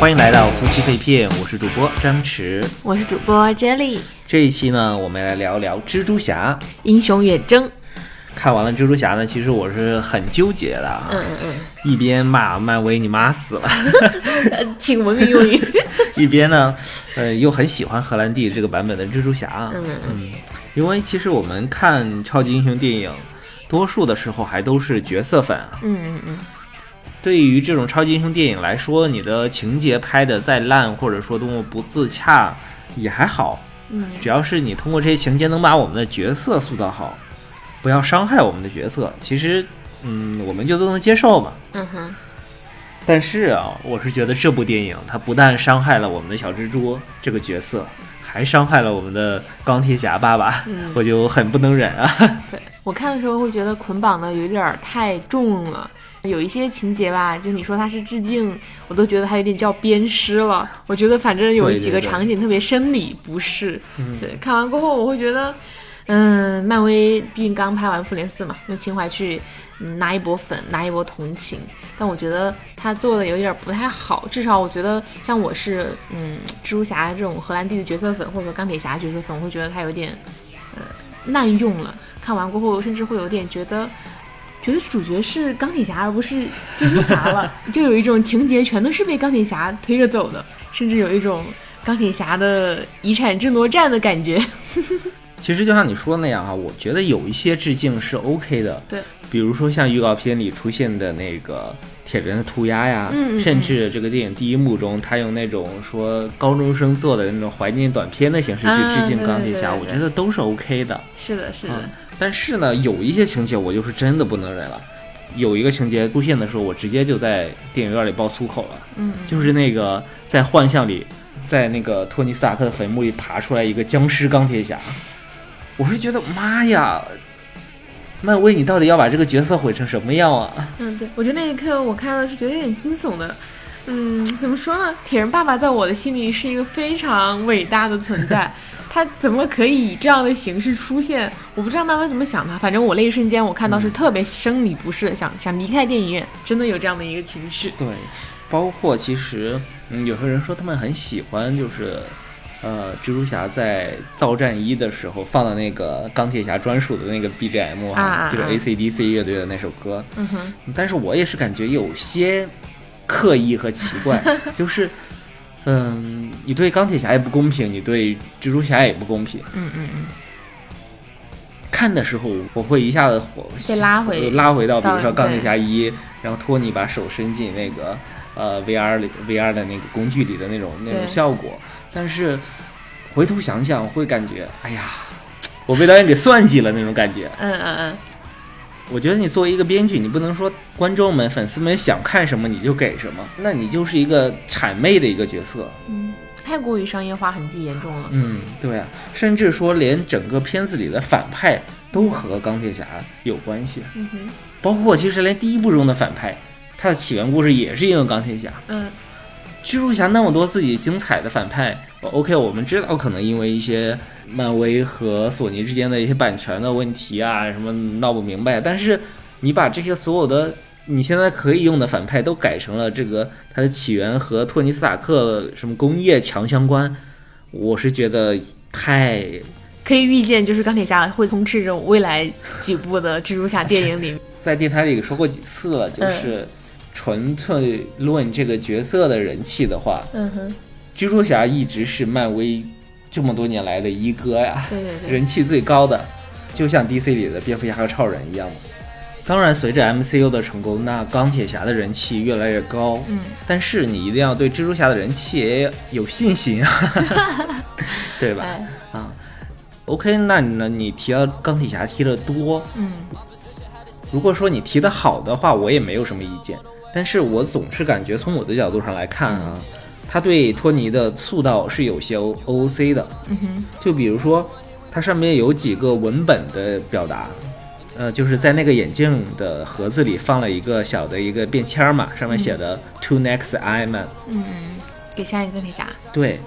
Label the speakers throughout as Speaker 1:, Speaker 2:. Speaker 1: 欢迎来到夫妻肺片，我是主播张弛。
Speaker 2: 我是主播 Jelly，
Speaker 1: 这一期呢，我们来聊聊蜘蛛侠。
Speaker 2: 英雄远征。
Speaker 1: 看完了蜘蛛侠呢，其实我是很纠结的啊，
Speaker 2: 嗯嗯
Speaker 1: 一边骂漫威你妈死 了，
Speaker 2: 嗯，请文明用语。
Speaker 1: 一边呢，呃，又很喜欢荷兰弟这个版本的蜘蛛侠啊。
Speaker 2: 嗯，
Speaker 1: 因为其实我们看超级英雄电影，多数的时候还都是角色粉啊。
Speaker 2: 嗯嗯嗯，
Speaker 1: 对于这种超级英雄电影来说，你的情节拍的再烂，或者说多么不自洽，也还好。
Speaker 2: 嗯，
Speaker 1: 只要是你通过这些情节能把我们的角色塑造好，不要伤害我们的角色，其实，嗯，我们就都能接受嘛。
Speaker 2: 嗯哼，
Speaker 1: 但是啊，我是觉得这部电影它不但伤害了我们的小蜘蛛这个角色，还伤害了我们的钢铁侠爸爸，
Speaker 2: 嗯
Speaker 1: 我就很不能忍啊。
Speaker 2: 对我看的时候会觉得捆绑的有点儿太重了，有一些情节吧，就你说它是致敬，我都觉得它有点叫鞭尸了。我觉得反正有
Speaker 1: 对对
Speaker 2: 几个
Speaker 1: 对
Speaker 2: 场景特别生理不适。
Speaker 1: 嗯
Speaker 2: 对，看完过后我会觉得，嗯，漫威毕竟刚拍完复联四嘛，用情怀去、嗯、拿一波粉，拿一波同情。但我觉得他做的有点不太好，至少我觉得像我是嗯蜘蛛侠这种荷兰弟的角色粉，或者说钢铁侠角色粉，我会觉得他有点呃滥用了。看完过后，甚至会有点觉得。觉得主角是钢铁侠，而不是蜘蛛侠 了，就有一种情节全都是被钢铁侠推着走的，甚至有一种钢铁侠的遗产争夺战的感觉。
Speaker 1: 其实就像你说那样啊，我觉得有一些致敬是 OK 的，
Speaker 2: 对，
Speaker 1: 比如说像预告片里出现的那个铁人的涂鸦呀，
Speaker 2: 嗯嗯嗯
Speaker 1: 甚至这个电影第一幕中，他用那种说高中生做的那种怀念短片的形式
Speaker 2: 啊
Speaker 1: 去致敬
Speaker 2: 对
Speaker 1: 钢铁侠，
Speaker 2: 对对
Speaker 1: 我
Speaker 2: 对
Speaker 1: 觉得都是 OK 的。
Speaker 2: 是的，是
Speaker 1: 嗯，但是呢，有一些情节我就是真的不能忍了。有一个情节出现的时候，我直接就在电影院里爆粗口了，
Speaker 2: 嗯，
Speaker 1: 就是那个在幻象里，在那个托尼斯塔克的坟墓里爬出来一个僵尸钢铁侠，我是觉得妈呀，漫威你到底要把这个角色毁成什么样啊？
Speaker 2: 嗯，对，我觉得那一刻我看了是觉得有点惊悚的。嗯，怎么说呢？铁人爸爸在我的心里是一个非常伟大的存在，他怎么可以以这样的形式出现？我不知道漫威怎么想的，反正我那一瞬间我看到是特别生理不适，想想离开电影院，真的有这样的一个情绪。
Speaker 1: 对，包括其实，嗯，有些人说他们很喜欢，就是，呃，蜘蛛侠在造战一的时候放的那个钢铁侠专属的那个 BGM
Speaker 2: 啊啊
Speaker 1: 就是
Speaker 2: 啊
Speaker 1: AC/DC 乐队的那首歌。
Speaker 2: 嗯哼，
Speaker 1: 但是我也是感觉有些刻意和奇 怪，就是，嗯，你对钢铁侠也不公平，你对蜘蛛侠也不公平。
Speaker 2: 嗯嗯嗯，
Speaker 1: 看的时候，我会一下子火呃
Speaker 2: 被拉回
Speaker 1: 拉回到，比如
Speaker 2: 到
Speaker 1: 说钢铁
Speaker 2: 对
Speaker 1: 侠一，然后托尼把手伸进那个呃 VR 里 VR 的那个工具里的那种那种
Speaker 2: 对
Speaker 1: 效果，但是回头想想会感觉，哎呀，我被导演给算计了那种感觉。
Speaker 2: 嗯嗯嗯，
Speaker 1: 我觉得你作为一个编剧，你不能说观众们、粉丝们想看什么你就给什么，那你就是一个谄媚的一个角色。
Speaker 2: 嗯，太过于商业化痕迹严重了。
Speaker 1: 嗯，对啊，甚至说连整个片子里的反派都和钢铁侠有关系。
Speaker 2: 嗯哼，
Speaker 1: 包括其实连第一部中的反派，他的起源故事也是因为钢铁侠。
Speaker 2: 嗯
Speaker 1: 蜘蛛侠那么多自己精彩的反派呃，OK，我们知道可能因为一些漫威和索尼之间的一些版权的问题啊，什么闹不明白，但是你把这些所有的你现在可以用的反派都改成了这个它的起源和托尼斯塔克什么工业强相关，我是觉得太
Speaker 2: 可以预见，就是钢铁侠会充斥着未来几部的蜘蛛侠电影里面。
Speaker 1: 在电台里说过几次了，就是纯粹论这个角色的人气的话，
Speaker 2: 嗯哼，
Speaker 1: 蜘蛛侠一直是漫威这么多年来的一哥呀，
Speaker 2: 对对对。
Speaker 1: 人气最高的，就像 DC 里的蝙蝠侠和超人一样嘛。当然，随着 MCU 的成功，那钢铁侠的人气越来越高。
Speaker 2: 嗯，
Speaker 1: 但是你一定要对蜘蛛侠的人气也有信心 啊，对吧？
Speaker 2: 哎，
Speaker 1: 啊，OK，那你呢？你提到钢铁侠踢得多，
Speaker 2: 嗯
Speaker 1: 如果说你提的好的话，我也没有什么意见。但是我总是感觉从我的角度上来看啊，他对托尼的塑造是有些 O O C 的。
Speaker 2: 嗯哼，
Speaker 1: 就比如说，它上面有几个文本的表达，呃，就是在那个眼镜的盒子里放了一个小的一个便签儿嘛，上面写的 “To next Iron Man”。
Speaker 2: 嗯，给下一个钢铁侠。
Speaker 1: 对，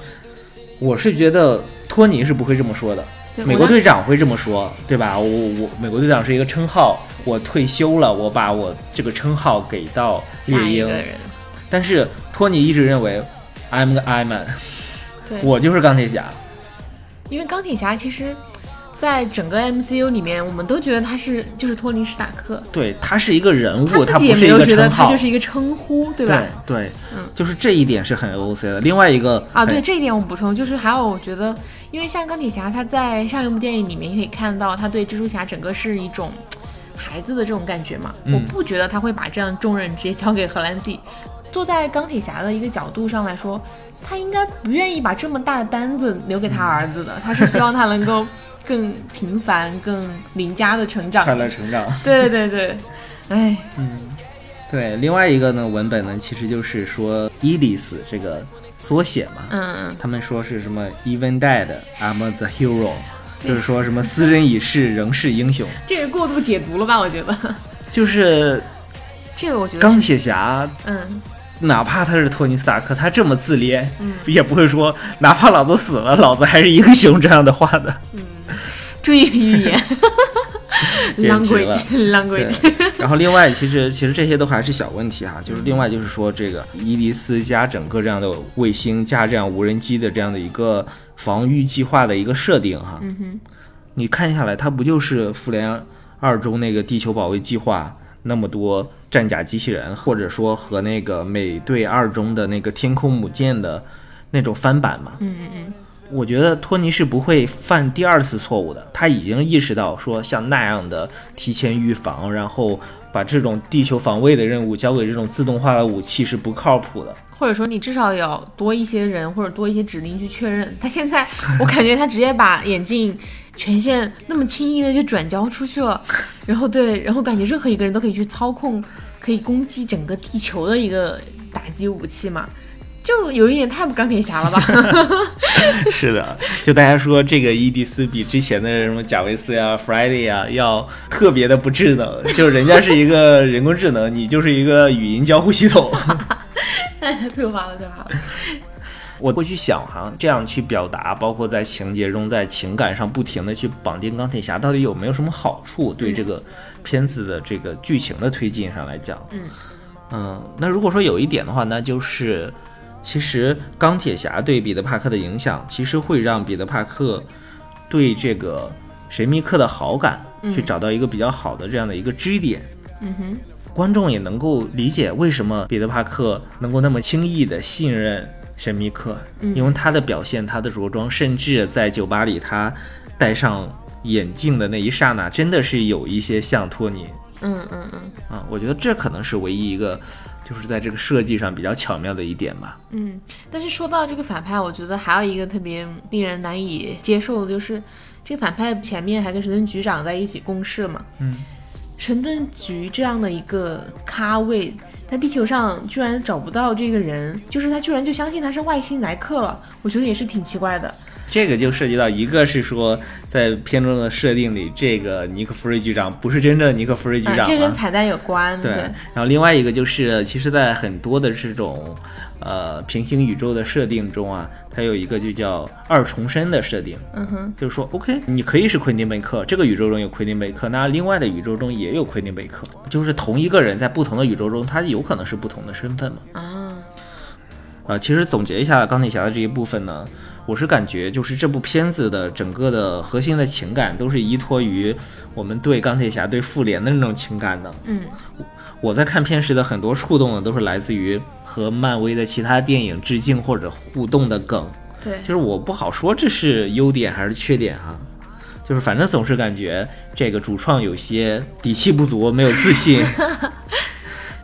Speaker 1: 我是觉得托尼是不会这么说的。
Speaker 2: 对
Speaker 1: 美
Speaker 2: 我
Speaker 1: 国
Speaker 2: 当
Speaker 1: 队长会这么说，对吧？我我美国队长是一个称号，我退休了，我把我这个称号给到
Speaker 2: 下
Speaker 1: 猎
Speaker 2: 一
Speaker 1: 鹰
Speaker 2: 个。人，
Speaker 1: 但是托尼一直认为 I'm the Iron Man，
Speaker 2: 对，
Speaker 1: 我就是钢铁侠。
Speaker 2: 因为钢铁侠其实，在整个 MCU 里面，我们都觉得他是就是托尼·史塔克，
Speaker 1: 对他是一个人物，不
Speaker 2: 他自己也
Speaker 1: 是
Speaker 2: 没
Speaker 1: 一
Speaker 2: 有
Speaker 1: 个
Speaker 2: 觉得
Speaker 1: 称
Speaker 2: 他
Speaker 1: 号，
Speaker 2: 就是一个称呼，对吧？
Speaker 1: 对对，
Speaker 2: 嗯
Speaker 1: 就是这一点是很 OC 的。另外一个
Speaker 2: 啊，对
Speaker 1: 很
Speaker 2: 这一点我补充，就是还有我觉得，因为像钢铁侠，他在上一部电影里面你可以看到，他对蜘蛛侠整个是一种嘖孩子的这种感觉嘛。
Speaker 1: 嗯
Speaker 2: 我不觉得他会把这样重任直接交给荷兰弟。坐在钢铁侠的一个角度上来说，他应该不愿意把这么大的担子留给他儿子的，他是希望他能够更平凡、更邻家的成长
Speaker 1: 快。乐成长。
Speaker 2: 对对对，哎，
Speaker 1: 对，另外一个呢，文本呢，其实就是说 Edis 这个缩写嘛，
Speaker 2: 嗯，
Speaker 1: 他们说是什么 Even Dead I'm the Hero，就是说什么斯人已逝，仍是英雄，
Speaker 2: 这个过度解读了吧？我觉得
Speaker 1: 就是
Speaker 2: 这个我觉得是，
Speaker 1: 钢铁侠。
Speaker 2: 嗯，
Speaker 1: 哪怕他是托尼·斯塔克，他这么自恋，
Speaker 2: 嗯
Speaker 1: 也不会说哪怕老子死了，老子还是英雄这样的话的。
Speaker 2: 注意语 言
Speaker 1: 简直了对
Speaker 2: ，language，language，
Speaker 1: 然后另外，其实其实这些都还是小问题哈、就是另外就是说，这个伊迪丝加整个这样的卫星加这样无人机的这样的一个防御计划的一个设定哈、
Speaker 2: 嗯哼，
Speaker 1: 你看下来，它不就是复联二中那个地球保卫计划那么多战甲机器人，或者说和那个美队二中的那个天空母舰的那种翻版吗？
Speaker 2: 嗯嗯嗯，
Speaker 1: 我觉得托尼是不会犯第二次错误的，他已经意识到说像那样的提前预防，然后把这种地球防卫的任务交给这种自动化的武器是不靠谱的。
Speaker 2: 或者说你至少要多一些人或者多一些指令去确认。他现在我感觉他直接把眼镜权限那么轻易的就转交出去了，然后对，然后感觉任何一个人都可以去操控，可以攻击整个地球的一个打击武器嘛。就有一点太不钢铁侠 了吧？
Speaker 1: 是的， 就大家说这个伊迪丝比之前的什么贾维斯呀、Friday 呀要特别的不智能，就人家是一个人工智能，你就是一个语音交互系统。
Speaker 2: 退化了，退化了。
Speaker 1: 我会去想哈、这样去表达，包括在情节中、在情感上不停的去绑定钢铁侠，到底有没有什么好处？对
Speaker 2: 嗯
Speaker 1: 这个片子的这个剧情的推进上来讲，
Speaker 2: 嗯
Speaker 1: 嗯那如果说有一点的话，那就是其实钢铁侠对彼得·帕克的影响，其实会让彼得·帕克对这个神秘客的好感，
Speaker 2: 嗯
Speaker 1: 去找到一个比较好的这样的一个支点。
Speaker 2: 嗯哼，
Speaker 1: 观众也能够理解为什么彼得·帕克能够那么轻易的信任神秘客，
Speaker 2: 嗯
Speaker 1: 因为他的表现、他的着装，甚至在酒吧里他戴上眼镜的那一刹那，真的是有一些像托尼
Speaker 2: 嗯嗯嗯
Speaker 1: 啊。我觉得这可能是唯一一个，就是在这个设计上比较巧妙的一点吧。
Speaker 2: 嗯，但是说到这个反派，我觉得还有一个特别令人难以接受的，就是这个反派前面还跟神盾局长在一起共事嘛。
Speaker 1: 嗯。
Speaker 2: 神盾局这样的一个咖位，在地球上居然找不到这个人，就是他居然就相信他是外星来客了，我觉得也是挺奇怪的。
Speaker 1: 这个就涉及到一个是说，在片中的设定里，这个尼克弗瑞局长不是真正的尼克弗瑞局
Speaker 2: 啊，
Speaker 1: 长
Speaker 2: 这
Speaker 1: 吗？
Speaker 2: 跟彩蛋有关，
Speaker 1: 对，然后另外一个就是，其实，在很多的这种呃平行宇宙的设定中啊，它有一个就叫二重身的设定，
Speaker 2: 嗯哼，
Speaker 1: 就是说，OK，你可以是昆汀贝克，这个宇宙中有昆汀贝克，那另外的宇宙中也有昆汀贝克，就是同一个人在不同的宇宙中，他有可能是不同的身份嘛。
Speaker 2: 啊，
Speaker 1: 啊，其实总结一下钢铁侠的这一部分呢，我是感觉就是这部片子的整个的核心的情感都是依托于我们对钢铁侠、对复联的那种情感的。
Speaker 2: 嗯
Speaker 1: 我在看片时的很多触动呢，都是来自于和漫威的其他电影致敬或者互动的梗，
Speaker 2: 对
Speaker 1: 就，是我不好说这是优点还是缺点啊，就是反正总是感觉这个主创有些底气不足，没有自信，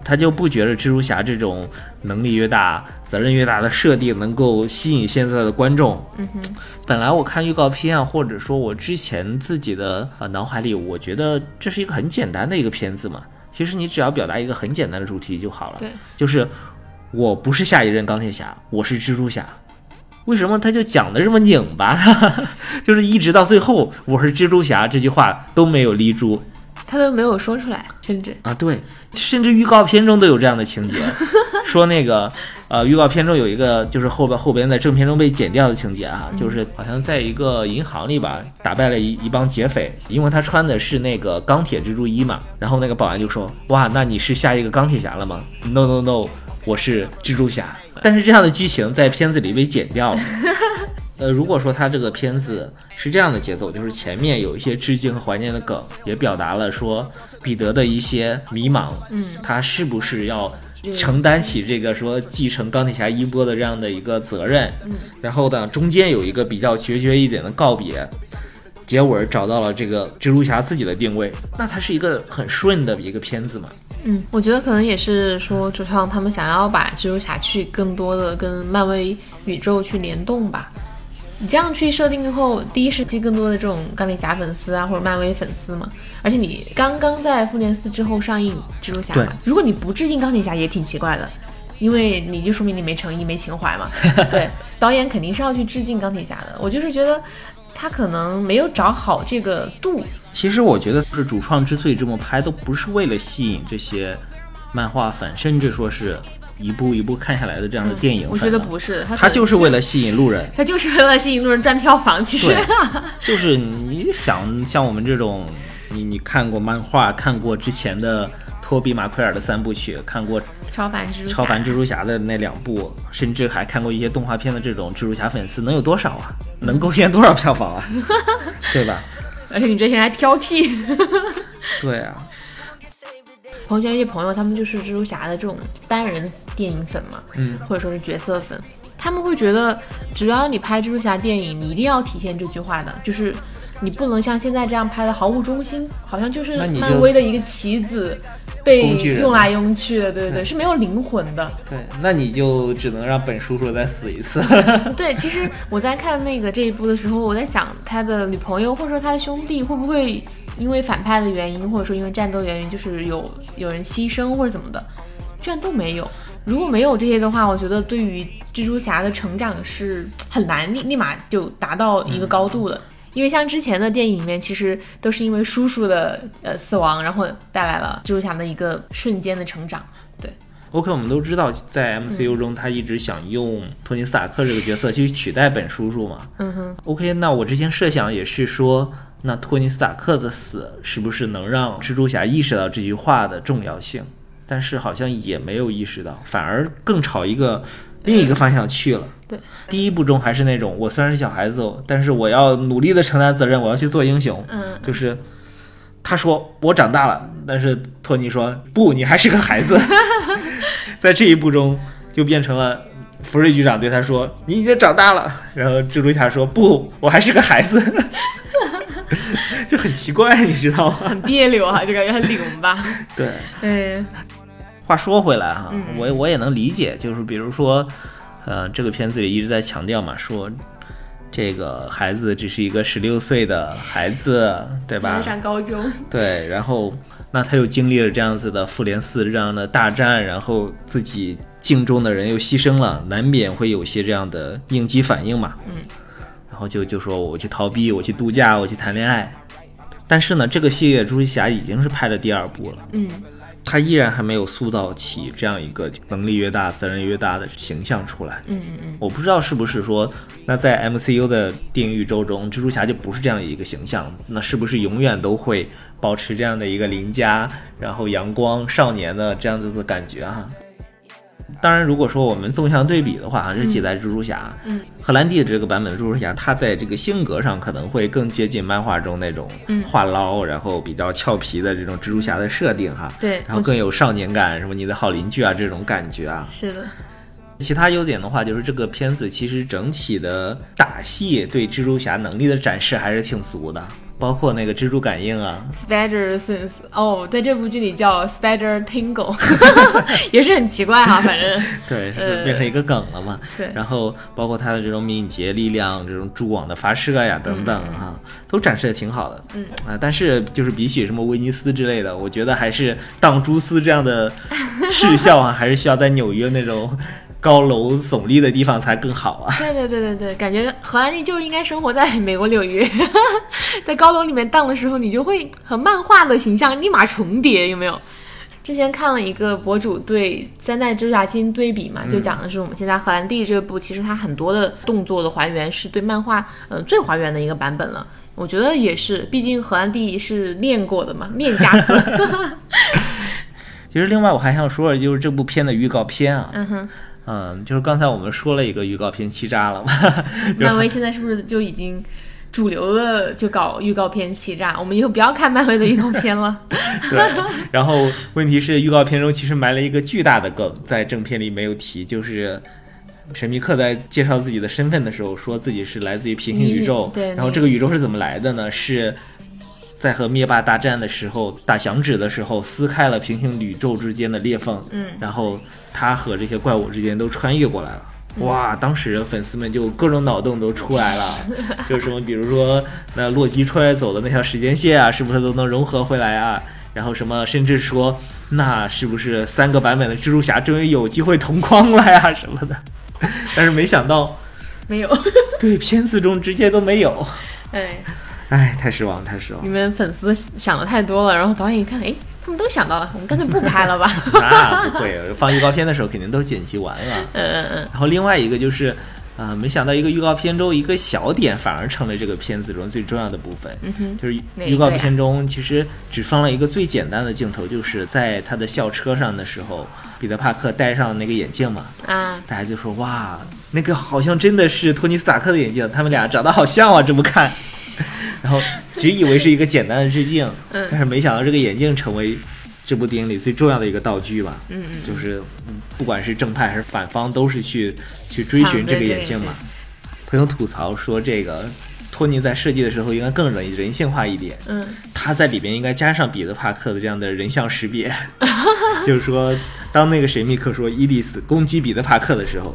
Speaker 1: 他就不觉得蜘蛛侠这种能力越大、责任越大的设定能够吸引现在的观众，
Speaker 2: 嗯哼，
Speaker 1: 本来我看预告片啊，或者说我之前自己的呃脑海里，我觉得这是一个很简单的一个片子嘛。其实你只要表达一个很简单的主题就好了，
Speaker 2: 对，
Speaker 1: 就是我不是下一任钢铁侠，我是蜘蛛侠。为什么他就讲的这么拧巴？ 就是一直到最后，我是蜘蛛侠这句话都没有立住
Speaker 2: 他都没有说出来，甚至，
Speaker 1: 啊。对，甚至预告片中都有这样的情节，说那个呃，预告片中有一个就是后边后边在正片中被剪掉的情节啊，就是好像在一个银行里吧，打败了一一帮劫匪，因为他穿的是那个钢铁蜘蛛衣嘛，然后那个保安就说：“哇，那你是下一个钢铁侠了吗？”“No No No，我是蜘蛛侠。”
Speaker 2: 的。
Speaker 1: 但是这样的剧情在片子里被剪掉了。呃，如果说他这个片子是这样的节奏，就是前面有一些致敬和怀念的梗，也表达了说彼得的一些迷茫，
Speaker 2: 嗯，
Speaker 1: 他是不是要承担起这个说继承钢铁侠衣钵的这样的一个责任？
Speaker 2: 嗯，
Speaker 1: 然后呢，中间有一个比较决绝一点的告别，结尾找到了这个蜘蛛侠自己的定位，那它是一个很顺的一个片子嘛？
Speaker 2: 嗯，我觉得可能也是说，主创他们想要把蜘蛛侠去更多的跟漫威宇宙去联动吧。你这样去设定后，第一是激更多的这种钢铁侠粉丝啊，或者漫威粉丝嘛。而且你刚刚在复联四之后上映蜘蛛侠
Speaker 1: 对
Speaker 2: 嘛，如果你不致敬钢铁侠也挺奇怪的，因为你就说明你没诚意、没情 怀嘛。对，导演肯定是要去致敬钢铁侠的。我就是觉得他可能没有找好这个度，
Speaker 1: 其实我觉得，就是主创之所以这么拍，都不是为了吸引这些漫画粉，甚至说是一步一步看下来的这样的电影粉、
Speaker 2: 嗯我觉得，不是，
Speaker 1: 他
Speaker 2: 他他
Speaker 1: 就是为了吸引路人。
Speaker 2: 他就是为了吸引路人赚票房，其实
Speaker 1: 对。就是你想像我们这种，你你看过漫画，看过之前的托比马奎尔的三部曲，看过
Speaker 2: 超凡蜘蛛侠
Speaker 1: 超凡蜘蛛侠的那两部，甚至还看过一些动画片的这种蜘蛛侠粉丝，能有多少啊？
Speaker 2: 嗯
Speaker 1: 能贡献多少票房啊？ 对吧？
Speaker 2: 而且你这些人还挑剔。
Speaker 1: 对啊，
Speaker 2: 朋友圈一些朋友，他们就是蜘蛛侠的这种单人电影粉嘛，
Speaker 1: 嗯，
Speaker 2: 或者说是角色粉，他们会觉得，只要你拍蜘蛛侠电影，你一定要体现这句话的，就是你不能像现在这样拍的毫无中心，好像就是
Speaker 1: 那你就
Speaker 2: 漫威的一个棋子，
Speaker 1: 工
Speaker 2: 被
Speaker 1: 具人嗯
Speaker 2: 用来用去的，对对对，是没有灵魂的。
Speaker 1: 对，那你就只能让本叔叔再死一次。
Speaker 2: 对，其实我在看那个这一部的时候，我在想他的女朋友或者说他的兄弟会不会因为反派的原因，或者说因为战斗原因，就是有有人牺牲或者怎么的，居然都没有。如果没有这些的话，我觉得对于蜘蛛侠的成长是很难立立马就达到一个高度的。因为像之前的电影里面，其实都是因为叔叔的呃死亡，然后带来了蜘蛛侠的一个瞬间的成长。对，
Speaker 1: OK，我们都知道，
Speaker 2: 嗯
Speaker 1: 在 MCU 中，他一直想用托尼·斯塔克这个角 色去取代本叔叔嘛。
Speaker 2: 嗯哼，
Speaker 1: OK，那我之前设想也是说，那托尼·斯塔克的死是不是能让蜘蛛侠意识到这句话的重要性？但是好像也没有意识到，反而更朝一个另一个方向去了。
Speaker 2: 嗯对，
Speaker 1: 第一部中还是那种，我虽然是小孩子，但是我要努力的承担责任，我要去做英雄。
Speaker 2: 嗯，
Speaker 1: 就是他说我长大了，但是托尼说不，你还是个孩子。 在这一步中，就变成了福瑞局长对他说：“你已经长大了。”然后蜘蛛侠说：“不，我还是个孩子。” 就很奇怪，你知道吗？
Speaker 2: 很别扭啊，就感觉很拧巴。
Speaker 1: 对。
Speaker 2: 对，
Speaker 1: 话说回来哈，
Speaker 2: 嗯
Speaker 1: 我我也能理解，就是比如说，呃，这个片子里一直在强调嘛，说这个孩子只是一个十六岁的孩子，对吧
Speaker 2: 刚？上高中。
Speaker 1: 对，然后那他又经历了这样子的复联四这样的大战，然后自己敬重的人又牺牲了，难免会有些这样的应激反应嘛。
Speaker 2: 嗯，
Speaker 1: 然后就就说我去逃避，我去度假，我去谈恋爱。但是呢，这个系列蜘蛛侠已经是拍了第二部了。
Speaker 2: 嗯
Speaker 1: 他依然还没有塑造起这样一个能力越大责任越大的形象出来。
Speaker 2: 嗯嗯
Speaker 1: 我不知道是不是说，那在 MCU 的电影宇宙中，蜘蛛侠就不是这样的一个形象，那是不是永远都会保持这样的一个邻家，然后阳光少年的这样子的感觉啊？当然，如果说我们纵向对比的话，这几代蜘蛛侠，
Speaker 2: 嗯，
Speaker 1: 荷兰弟的这个版本的蜘蛛侠，他在这个性格上可能会更接近漫画中那种
Speaker 2: 嗯
Speaker 1: 话唠，然后比较俏皮的这种蜘蛛侠的设定哈。
Speaker 2: 对，
Speaker 1: 然后更有少年感，什么你的好邻居啊这种感觉啊。
Speaker 2: 是的，
Speaker 1: 其他优点的话，就是这个片子其实整体的打戏对蜘蛛侠能力的展示还是挺足的，包括那个蜘蛛感应啊，
Speaker 2: Spider Sense 哦，在这部剧里叫 Spider Tingle，也 是很奇怪哈、反正
Speaker 1: 对，是
Speaker 2: 呃
Speaker 1: 变成一个梗了嘛。
Speaker 2: 对
Speaker 1: 然后包括他的这种敏捷力量、这种蛛网的发射呀等等啊，都展示的挺好的。
Speaker 2: 嗯
Speaker 1: 啊，但是就是比起什么威尼斯之类的，我觉得还是当蛛丝这样的视效啊，还是需要在纽约那种高楼耸立的地方才更好啊。
Speaker 2: 对对对对对，感觉荷兰弟就是应该生活在美国纽约， 在高楼里面荡的时候，你就会和漫画的形象立马重叠，有没有？之前看了一个博主对三代蜘蛛侠进行对比嘛，就讲的是我们现在荷兰弟这部，其实它很多的动作的还原是对漫画呃最还原的一个版本了。我觉得也是，毕竟荷兰弟是练过的嘛，练家子。
Speaker 1: 其实另外我还想说的就是这部片的预告片啊，
Speaker 2: 嗯哼，
Speaker 1: 嗯、嗯，就是刚才我们说了一个预告片欺诈了嘛，
Speaker 2: 漫威现在是不是就已经主流的就搞预告片欺诈？我们以后不要看漫威的预告片了。
Speaker 1: 对。然后问题是，预告片中其实埋了一个巨大的梗，在正片里没有提，就是神秘客在介绍自己的身份的时候，说自己是来自于平行宇宙
Speaker 2: 嗯。对
Speaker 1: 然后这个宇宙是怎么来的呢？是在和灭霸大战的时候，打响指的时候撕开了平行宇宙之间的裂缝。
Speaker 2: 嗯，
Speaker 1: 然后他和这些怪物之间都穿越过来了。
Speaker 2: 嗯
Speaker 1: 哇！当时粉丝们就各种脑洞都出来了，就是什么，比如说那洛基穿越走的那条时间线啊，是不是都能融合回来啊？然后什么，甚至说那是不是三个版本的蜘蛛侠终于有机会同框了呀什么的？ 但是没想到，
Speaker 2: 没有。
Speaker 1: 对片子中直接都没有，
Speaker 2: 哎，
Speaker 1: 哎，太失望，太失望
Speaker 2: 你。们粉丝想的太多了，然后导演一看，哎，他们都想到了，我们干脆不拍了吧。
Speaker 1: 那啊不会，放预告片的时候肯定都剪辑完了。
Speaker 2: 嗯嗯
Speaker 1: 然后另外一个就是，啊、没想到一个预告片中一个小点反而成了这个片子中最重要的部分。
Speaker 2: 嗯哼，
Speaker 1: 就是
Speaker 2: 哪一
Speaker 1: 预告
Speaker 2: 个呀
Speaker 1: 片中其实只放了一个最简单的镜头，就是在他的校车上的时候，彼得帕克戴上那个眼镜嘛，
Speaker 2: 啊，
Speaker 1: 大家就说哇，那个好像真的是托尼斯塔克的眼镜，他们俩长得好像啊，这么看。 然后只以为是一个简单的致敬，
Speaker 2: 嗯
Speaker 1: 但是没想到这个眼镜成为这部电影里最重要的一个道具吧。
Speaker 2: 嗯嗯，
Speaker 1: 就是嗯不管是正派还是反方，都是去去追寻这个眼镜嘛。朋友吐槽说，这个托尼在设计的时候应该更人人性化一点，
Speaker 2: 嗯
Speaker 1: 他在里边应该加上彼得帕克的这样的人像识别， 就是说，当那个神秘客说伊迪丝攻击彼得帕克的时候。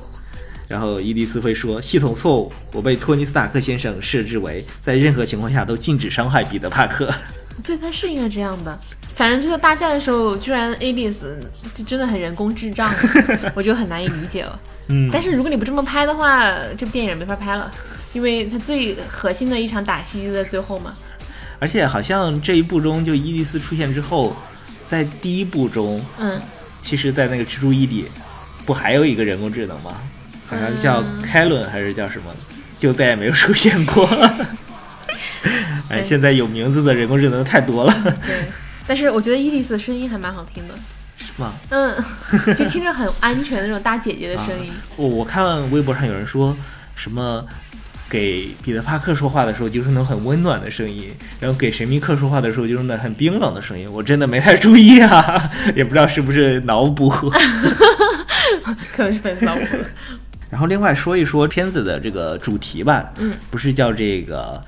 Speaker 1: 然后伊迪丝会说：“系统错误，我被托尼·斯塔克先生设置为在任何情况下都禁止伤害彼得·帕克。
Speaker 2: 对，他是应该这样的。反正最后大战的时候，居然 Alice 就真的很人工智障，我就很难以理解了。”
Speaker 1: 嗯，
Speaker 2: 但是如果你不这么拍的话，这部电影没法拍了，因为它最核心的一场打戏就在最后嘛。
Speaker 1: 而且好像这一部中，就伊迪丝出现之后，在第一部中，
Speaker 2: 嗯，
Speaker 1: 其实，在那个蜘蛛一里，不还有一个人工智能吗？好像叫凯伦还是叫什么，就再也没有出现过。 哎，现在有名字的人工智能太多了，
Speaker 2: 对。但是我觉得伊丽丝的声音还蛮好听的，
Speaker 1: 是吗？
Speaker 2: 嗯，就听着很安全的那种大姐姐的
Speaker 1: 啊
Speaker 2: 声音。，
Speaker 1: 我我看微博上有人说什么。给彼得·帕克说话的时候，就是那种很温暖的声音；然后给神秘客说话的时候，就是那很冰冷的声音。我真的没太注意啊， 也不知道是不是脑补。
Speaker 2: 可能是粉丝脑补了。
Speaker 1: 然后另外说一说片子的这个主题吧，
Speaker 2: 嗯，
Speaker 1: 不是叫这个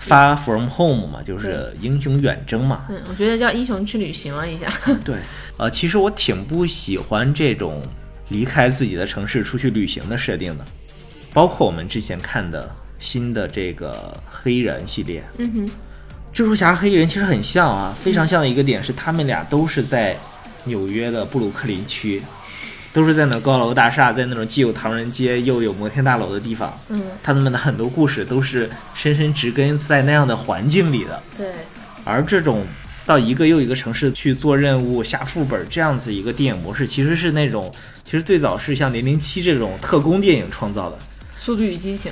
Speaker 1: Far From Home 嘛，就是英雄远征嘛，
Speaker 2: 嗯，我觉得叫英雄去旅行了一下。
Speaker 1: 对，呃，其实我挺不喜欢这种离开自己的城市出去旅行的设定的，包括我们之前看的新的这个黑人系列，
Speaker 2: 嗯哼，
Speaker 1: 蜘蛛侠黑人其实很像啊，非常像的一个点是，他们俩都是在纽约的布鲁克林区，都是在那高楼大厦，在那种既有唐人街又有摩天大楼的地方。
Speaker 2: 嗯，
Speaker 1: 他们的很多故事都是深深植根在那样的环境里的。
Speaker 2: 对，
Speaker 1: 而这种到一个又一个城市去做任务、下副本这样子一个电影模式，其实是那种，其实最早是像《零零七》这种特工电影创造的。
Speaker 2: 《速度与激情》。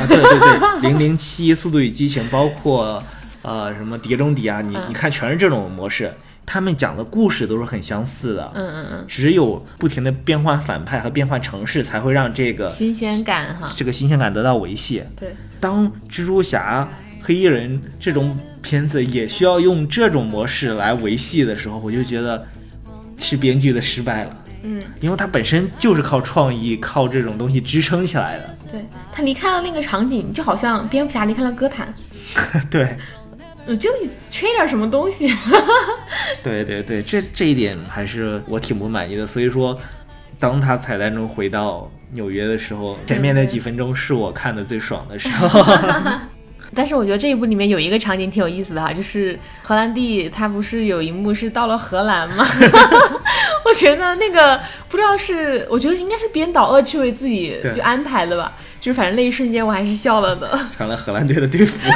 Speaker 1: 啊，对对对，《零零七》《速度与激情》，包括呃什么《碟中谍》啊，你
Speaker 2: 嗯
Speaker 1: 你看全是这种模式，他们讲的故事都是很相似的。
Speaker 2: 嗯嗯
Speaker 1: 只有不停的变换反派和变换城市，才会让这个
Speaker 2: 嗯，新鲜感哈。
Speaker 1: 这个新鲜感得到维系。
Speaker 2: 对，
Speaker 1: 当蜘蛛侠、黑衣人这种片子也需要用这种模式来维系的时候，我就觉得是编剧的失败了，
Speaker 2: 嗯，
Speaker 1: 因为它本身就是靠创意、靠这种东西支撑起来的。
Speaker 2: 对，他离开了那个场景，就好像蝙蝠侠离开了哥谭。
Speaker 1: 对，
Speaker 2: 我嗯就缺点什么东西。
Speaker 1: 对对对，这这一点还是我挺不满意的。所以说，当他彩蛋中回到纽约的时候，前面那几分钟是我看的最爽的时候。
Speaker 2: 但是我觉得这一部里面有一个场景挺有意思的哈，就是荷兰弟他不是有一幕是到了荷兰 吗？我觉得那个不知道是，我觉得应该是编导恶趣味自己
Speaker 1: 对
Speaker 2: 就安排的吧，就是反正那一瞬间我还是笑了的，
Speaker 1: 成了荷兰队的队服。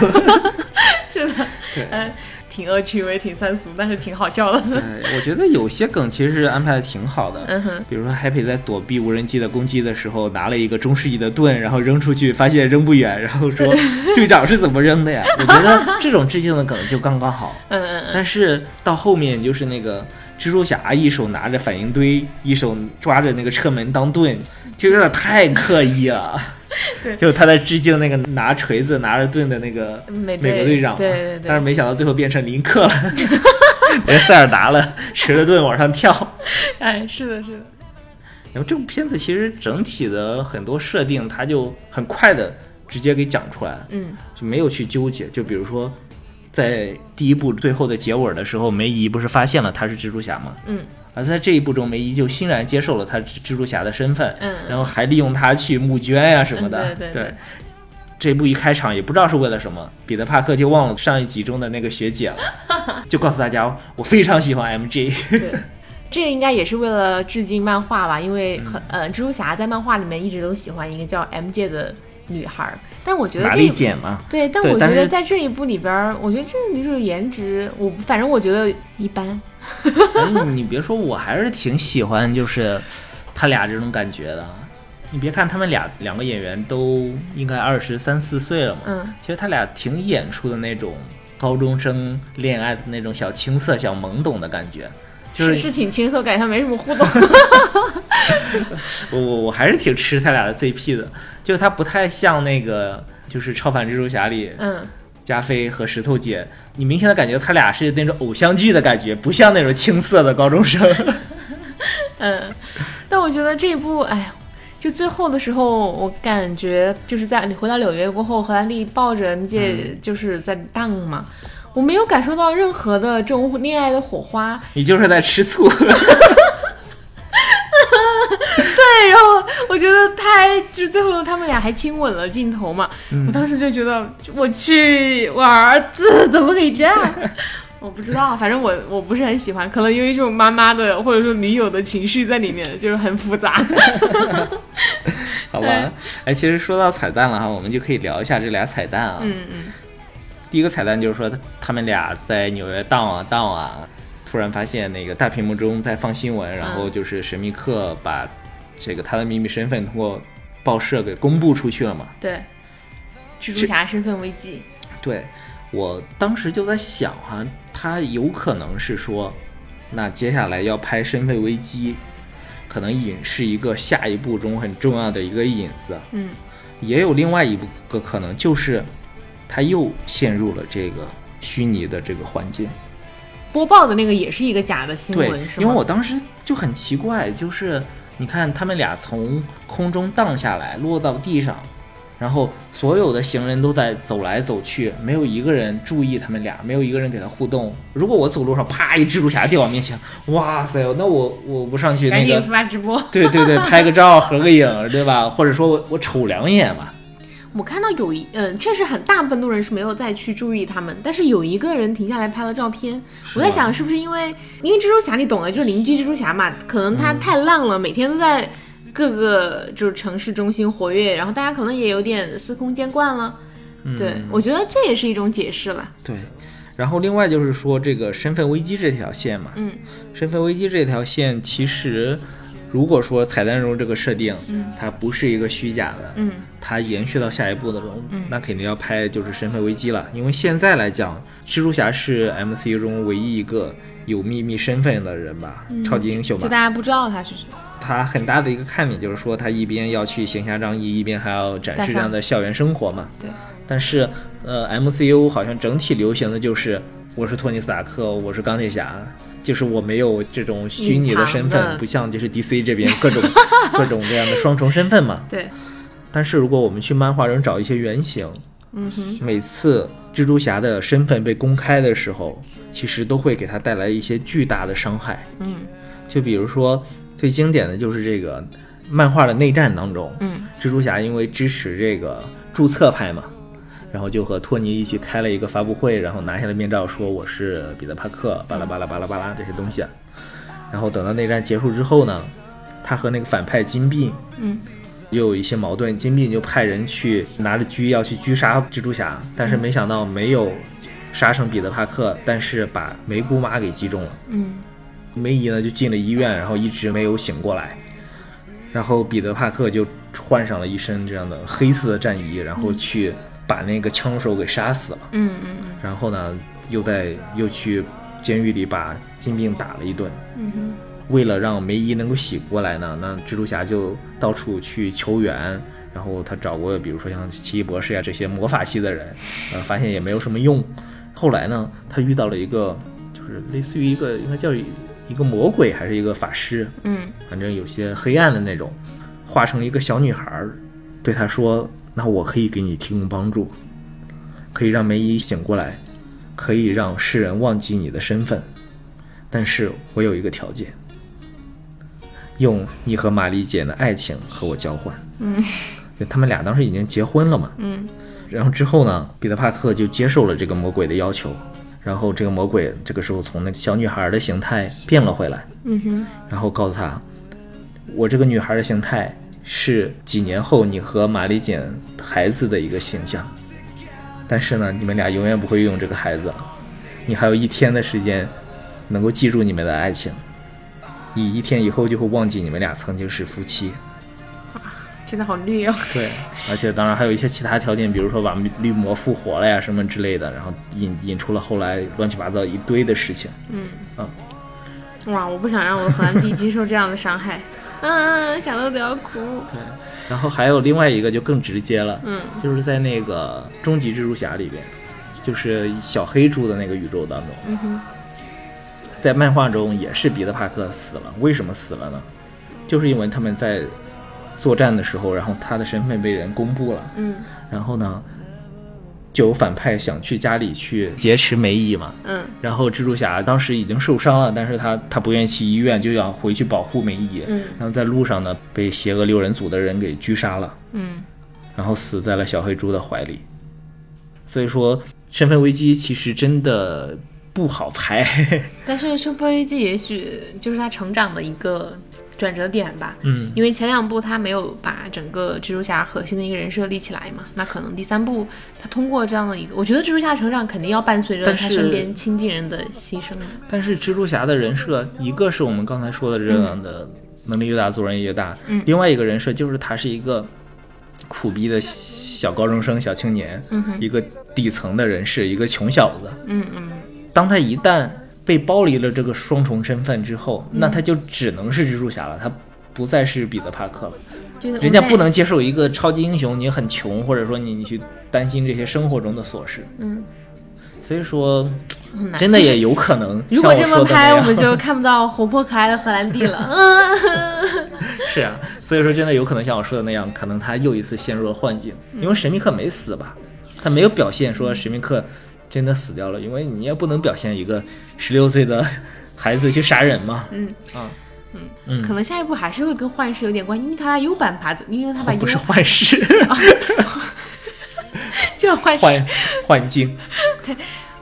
Speaker 2: 是的，
Speaker 1: 对
Speaker 2: 嗯，挺恶趣味，挺三俗，但是挺好笑的。
Speaker 1: 对，我觉得有些梗其实是安排的挺好的，
Speaker 2: 嗯哼，
Speaker 1: 比如说 Happy 在躲避无人机的攻击的时候，拿了一个中世纪的盾，然后扔出去，发现扔不远，然后说队长是怎么扔的 呀？我觉得这种致敬的梗就刚刚好。
Speaker 2: 嗯嗯
Speaker 1: 但是到后面就是那个蜘蛛侠一手拿着反应堆，一手抓着那个车门当盾，就有点太刻意了。
Speaker 2: 对
Speaker 1: 就他在致敬那个拿锤子拿着盾的那个
Speaker 2: 美
Speaker 1: 美国队长嘛，
Speaker 2: 对对对，
Speaker 1: 但是没想到最后变成林克了， 人塞尔达了，持着盾往上跳。
Speaker 2: 哎，是的，是的，
Speaker 1: 然后这部片子其实整体的很多设定，它就很快的直接给讲出来，
Speaker 2: 嗯，
Speaker 1: 就没有去纠结。就比如说，在第一部最后的结尾的时候，梅姨不是发现了他是蜘蛛侠吗？
Speaker 2: 嗯，
Speaker 1: 而在这一部中，梅姨就欣然接受了他是蜘蛛侠的身份，
Speaker 2: 嗯
Speaker 1: 然后还利用他去募捐呀、什么的，
Speaker 2: 嗯对对对
Speaker 1: 这一部一开场也不知道是为了什么，彼得·帕克就忘了上一集中的那个学姐了， 就告诉大家我非常喜欢 MJ。
Speaker 2: 对，这应该也是为了致敬漫画吧，因为很呃，蜘蛛侠在漫画里面一直都喜欢一个叫 MJ 的女孩儿，但我觉得
Speaker 1: 玛
Speaker 2: 这
Speaker 1: 丽
Speaker 2: 一
Speaker 1: 姐嘛，
Speaker 2: 对，但
Speaker 1: 对
Speaker 2: 我觉
Speaker 1: 但
Speaker 2: 得
Speaker 1: 是
Speaker 2: 在这一部里边儿，我觉得这个女主的颜值，我反正我觉得一般，
Speaker 1: 哎你别说，我还是挺喜欢就是他俩这种感觉的。啊你别看他们俩两个演员都应该二十三四岁了嘛，
Speaker 2: 嗯，
Speaker 1: 其实他俩挺演出的那种高中生恋爱的那种小青涩、小懵懂的感觉。就是
Speaker 2: 是挺轻松，感觉她没什么 互动，
Speaker 1: 我我我还是挺吃他俩的 CP 的，就他不太像那个就是《超凡蜘蛛侠》里
Speaker 2: 嗯，
Speaker 1: 加菲和石头姐，你明显的感觉他俩是那种偶像剧的感觉，不像那种青涩的高中生。
Speaker 2: 嗯，但我觉得这一部，哎呀，就最后的时候，我感觉就是在你回到纽约过后，荷兰弟抱着 MJ 就是在荡嘛，我没有感受到任何的这种恋爱的火花。
Speaker 1: 你就是在吃醋，
Speaker 2: 对，然后我觉得他还就是最后他们俩还亲吻了镜头嘛，我当时就觉得我去，我儿子怎么可以这样？ 我不知道，反正我我不是很喜欢，可能因为这种妈妈的或者说女友的情绪在里面，就是很复杂。
Speaker 1: 好吧？哎，其实说到彩蛋了哈，我们就可以聊一下这俩彩蛋啊。
Speaker 2: 嗯嗯，
Speaker 1: 第一个彩蛋就是说他们俩在纽约荡啊荡啊，突然发现那个大屏幕中在放新闻，然后就是神秘客把这个他的秘密身份通过报社给公布出去了嘛。
Speaker 2: 对，蜘蛛侠身份危机，
Speaker 1: 对，我当时就在想哈、他有可能是说，那接下来要拍《身份危机》，可能引是一个下一步中很重要的一个引子。啊
Speaker 2: 嗯，
Speaker 1: 也有另外一个可能就是，他又陷入了这个虚拟的这个环境。
Speaker 2: 播报的那个也是一个假的新
Speaker 1: 对
Speaker 2: 闻，嗯是，吗？
Speaker 1: 因为我当时就很奇怪，就是你看他们俩从空中荡下来，落到地上，然后所有的行人都在走来走去，没有一个人注意他们俩，没有一个人给他互动。如果我走路上啪一蜘蛛侠掉我面前，哇塞，那我我不上去
Speaker 2: 赶
Speaker 1: 那
Speaker 2: 紧
Speaker 1: 个，
Speaker 2: 发直播。
Speaker 1: 对对对，拍个照合个影，对吧？或者说我我瞅两眼吧。
Speaker 2: 我看到有一，嗯、确实很大部分路人是没有再去注意他们，但是有一个人停下来拍了照片。
Speaker 1: 是
Speaker 2: 我在
Speaker 1: 吗
Speaker 2: 想，是不是因为因为蜘蛛侠，你懂的，就是邻居蜘蛛侠嘛，可能
Speaker 1: 嗯
Speaker 2: 他太浪了，每天都在各个就是城市中心活跃，然后大家可能也有点司空见惯了。
Speaker 1: 嗯
Speaker 2: 对，我觉得这也是一种解释了。
Speaker 1: 对，然后另外就是说这个身份危机这条线嘛，
Speaker 2: 嗯，
Speaker 1: 身份危机这条线其实，如果说彩蛋中这个设定，嗯，它不是一个虚假的，
Speaker 2: 嗯，
Speaker 1: 它延续到下一步的时候，那肯定要拍就是身份危机了，因为现在来讲，蜘蛛侠是 MCU 中唯一一个有秘密身份的人吧，超级英雄
Speaker 2: 嗯就
Speaker 1: 吧
Speaker 2: 大，家不知道他是谁。
Speaker 1: 他很大的一个看点就是说，他一边要去行侠仗义，一边还要展
Speaker 2: 带
Speaker 1: 示
Speaker 2: 上
Speaker 1: 这样的校园生活嘛。
Speaker 2: 对。
Speaker 1: 但是，呃，MCU 好像整体流行的就是我是托尼·斯塔克，我是钢铁侠，就是我没有这种虚拟的身
Speaker 2: 隐藏的
Speaker 1: 份，不像就是 DC 这边各 种各种这样的双重身份嘛。
Speaker 2: 对，
Speaker 1: 但是如果我们去漫画中找一些原型，
Speaker 2: 嗯哼，
Speaker 1: 每次蜘蛛侠的身份被公开的时候，其实都会给他带来一些巨大的伤害。
Speaker 2: 嗯
Speaker 1: 就比如说最经典的就是这个漫画的内战当中，
Speaker 2: 嗯，
Speaker 1: 蜘蛛侠因为支持这个注册派嘛，然后就和托尼一起开了一个发布会，然后拿下了面罩，说我是彼得·帕克，巴拉巴拉巴拉巴拉这些东西。啊然后等到内战结束之后呢，他和那个反派金币
Speaker 2: 嗯
Speaker 1: 又有一些矛盾，金币就派人去拿着狙要去狙杀蜘蛛侠，但是没想到没有杀成彼得·帕克，但是把梅姑妈给击中了。
Speaker 2: 嗯
Speaker 1: 梅姨呢就进了医院，然后一直没有醒过来。然后彼得·帕克就换上了一身这样的黑色的战衣，然后去把那个枪手给杀死了。
Speaker 2: 嗯嗯嗯，
Speaker 1: 然后呢，又在又去监狱里把金并打了一顿。
Speaker 2: 嗯哼，
Speaker 1: 为了让梅姨能够醒过来呢，那蜘蛛侠就到处去求援，然后他找过比如说像奇异博士呀这些魔法系的人，呃，发现也没有什么用。后来呢，他遇到了一个就是类似于一个应该叫一个魔鬼还是一个法师，
Speaker 2: 嗯
Speaker 1: 反正有些黑暗的那种，化成了一个小女孩儿，对他说：“那我可以给你提供帮助，可以让梅姨醒过来，可以让世人忘记你的身份，但是我有一个条件，用你和玛丽姐的爱情和我交换。”
Speaker 2: 嗯，
Speaker 1: 他们俩当时已经结婚了嘛。
Speaker 2: 嗯
Speaker 1: 然后之后呢，彼得·帕克就接受了这个魔鬼的要求，然后这个魔鬼这个时候从那个小女孩儿的形态变了回来。
Speaker 2: 嗯哼，
Speaker 1: 然后告诉他，我这个女孩的形态是几年后你和玛丽简孩子的一个形象，但是呢，你们俩永远不会用这个孩子了，你还有一天的时间能够记住你们的爱情，你一天以后就会忘记你们俩曾经是夫妻。
Speaker 2: 真的好绿哦。
Speaker 1: 对，而且当然还有一些其他条件，比如说把绿魔复活了呀什么之类的，然后引引出了后来乱七八糟一堆的事情。
Speaker 2: 嗯
Speaker 1: 啊
Speaker 2: 哇，我不想让我的荷兰弟经受这样的伤害。嗯，想到都要哭。
Speaker 1: 对，然后还有另外一个就更直接了，
Speaker 2: 嗯
Speaker 1: 就是在那个《终极蜘蛛侠》里边，就是小黑住的那个宇宙当中，
Speaker 2: 嗯哼，
Speaker 1: 在漫画中也是彼得·帕克死了。为什么死了呢？就是因为他们在作战的时候，然后他的身份被人公布了，
Speaker 2: 嗯
Speaker 1: 然后呢，就有反派想去家里去劫持梅姨嘛。
Speaker 2: 嗯
Speaker 1: 然后蜘蛛侠当时已经受伤了，但是他他不愿意去医院，就想回去保护梅姨。
Speaker 2: 嗯
Speaker 1: 然后在路上呢，被邪恶六人组的人给狙杀了。
Speaker 2: 嗯
Speaker 1: 然后死在了小黑猪的怀里。所以说，身份危机其实真的不好排。
Speaker 2: 但是《修波危机》也许就是他成长的一个转折点吧。
Speaker 1: 嗯，
Speaker 2: 因为前两部他没有把整个蜘蛛侠核心的一个人设立起来嘛，那可能第三部他通过这样的一个，我觉得蜘蛛侠成长肯定要伴随着
Speaker 1: 但
Speaker 2: 他
Speaker 1: 是
Speaker 2: 身边亲近人的牺牲的。
Speaker 1: 但是蜘蛛侠的人设，一个是我们刚才说的这样的能力越大，做人越大；
Speaker 2: 嗯
Speaker 1: 另外一个人设就是他是一个苦逼的小高中生、小青年，
Speaker 2: 嗯哼，
Speaker 1: 一个底层的人士，一个穷小子。
Speaker 2: 嗯嗯
Speaker 1: 当他一旦被剥离了这个双重身份之后，
Speaker 2: 嗯
Speaker 1: 那他就只能是蜘蛛侠了，他不再是彼得·帕克了。，
Speaker 2: 就是
Speaker 1: 人家
Speaker 2: 我在
Speaker 1: 不，能接受一个超级英雄，你很穷，或者说你你去担心这些生活中的琐事，
Speaker 2: 嗯，
Speaker 1: 所以说
Speaker 2: 很难。
Speaker 1: 真的也有可能。
Speaker 2: 如果
Speaker 1: 像
Speaker 2: 这
Speaker 1: 我说
Speaker 2: 么
Speaker 1: 的那
Speaker 2: 拍，
Speaker 1: 样
Speaker 2: 我们就看不到活泼可爱的荷兰弟了。嗯
Speaker 1: 是啊，所以说真的有可能像我说的那样，可能他又一次陷入了幻境，
Speaker 2: 嗯
Speaker 1: 因为神秘客没死吧，他没有表现说神秘客真的死掉了，因为你也不能表现一个十六岁的孩子去杀人嘛，
Speaker 2: 嗯
Speaker 1: 啊，
Speaker 2: 可能下一步还是会跟幻视有点关系，因为他把 U 版拔走，因为他把 U
Speaker 1: 不是幻视，
Speaker 2: 就幻视
Speaker 1: 幻幻境，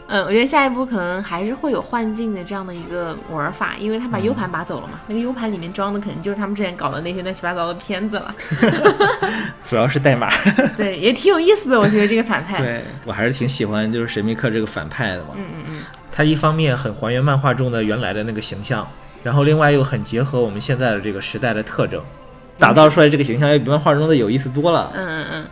Speaker 2: 嗯，我觉得下一步可能还是会有幻境的这样的一个玩法，因为他把 U 盘拔走了
Speaker 1: 嗯
Speaker 2: 嘛，那个 U 盘里面装的肯定就是他们之前搞的那些乱七八糟的片子 了。
Speaker 1: 主要是代码。
Speaker 2: 对，也挺有意思的，我觉得这个反派。
Speaker 1: 对我还是挺喜欢就是神秘客这个反派的嘛，
Speaker 2: 嗯嗯嗯，
Speaker 1: 它一方面很还原漫画中的原来的那个形象，然后另外又很结合我们现在的这个时代的特征，打造出来这个形象要比漫画中的有意思多了。
Speaker 2: 嗯嗯嗯，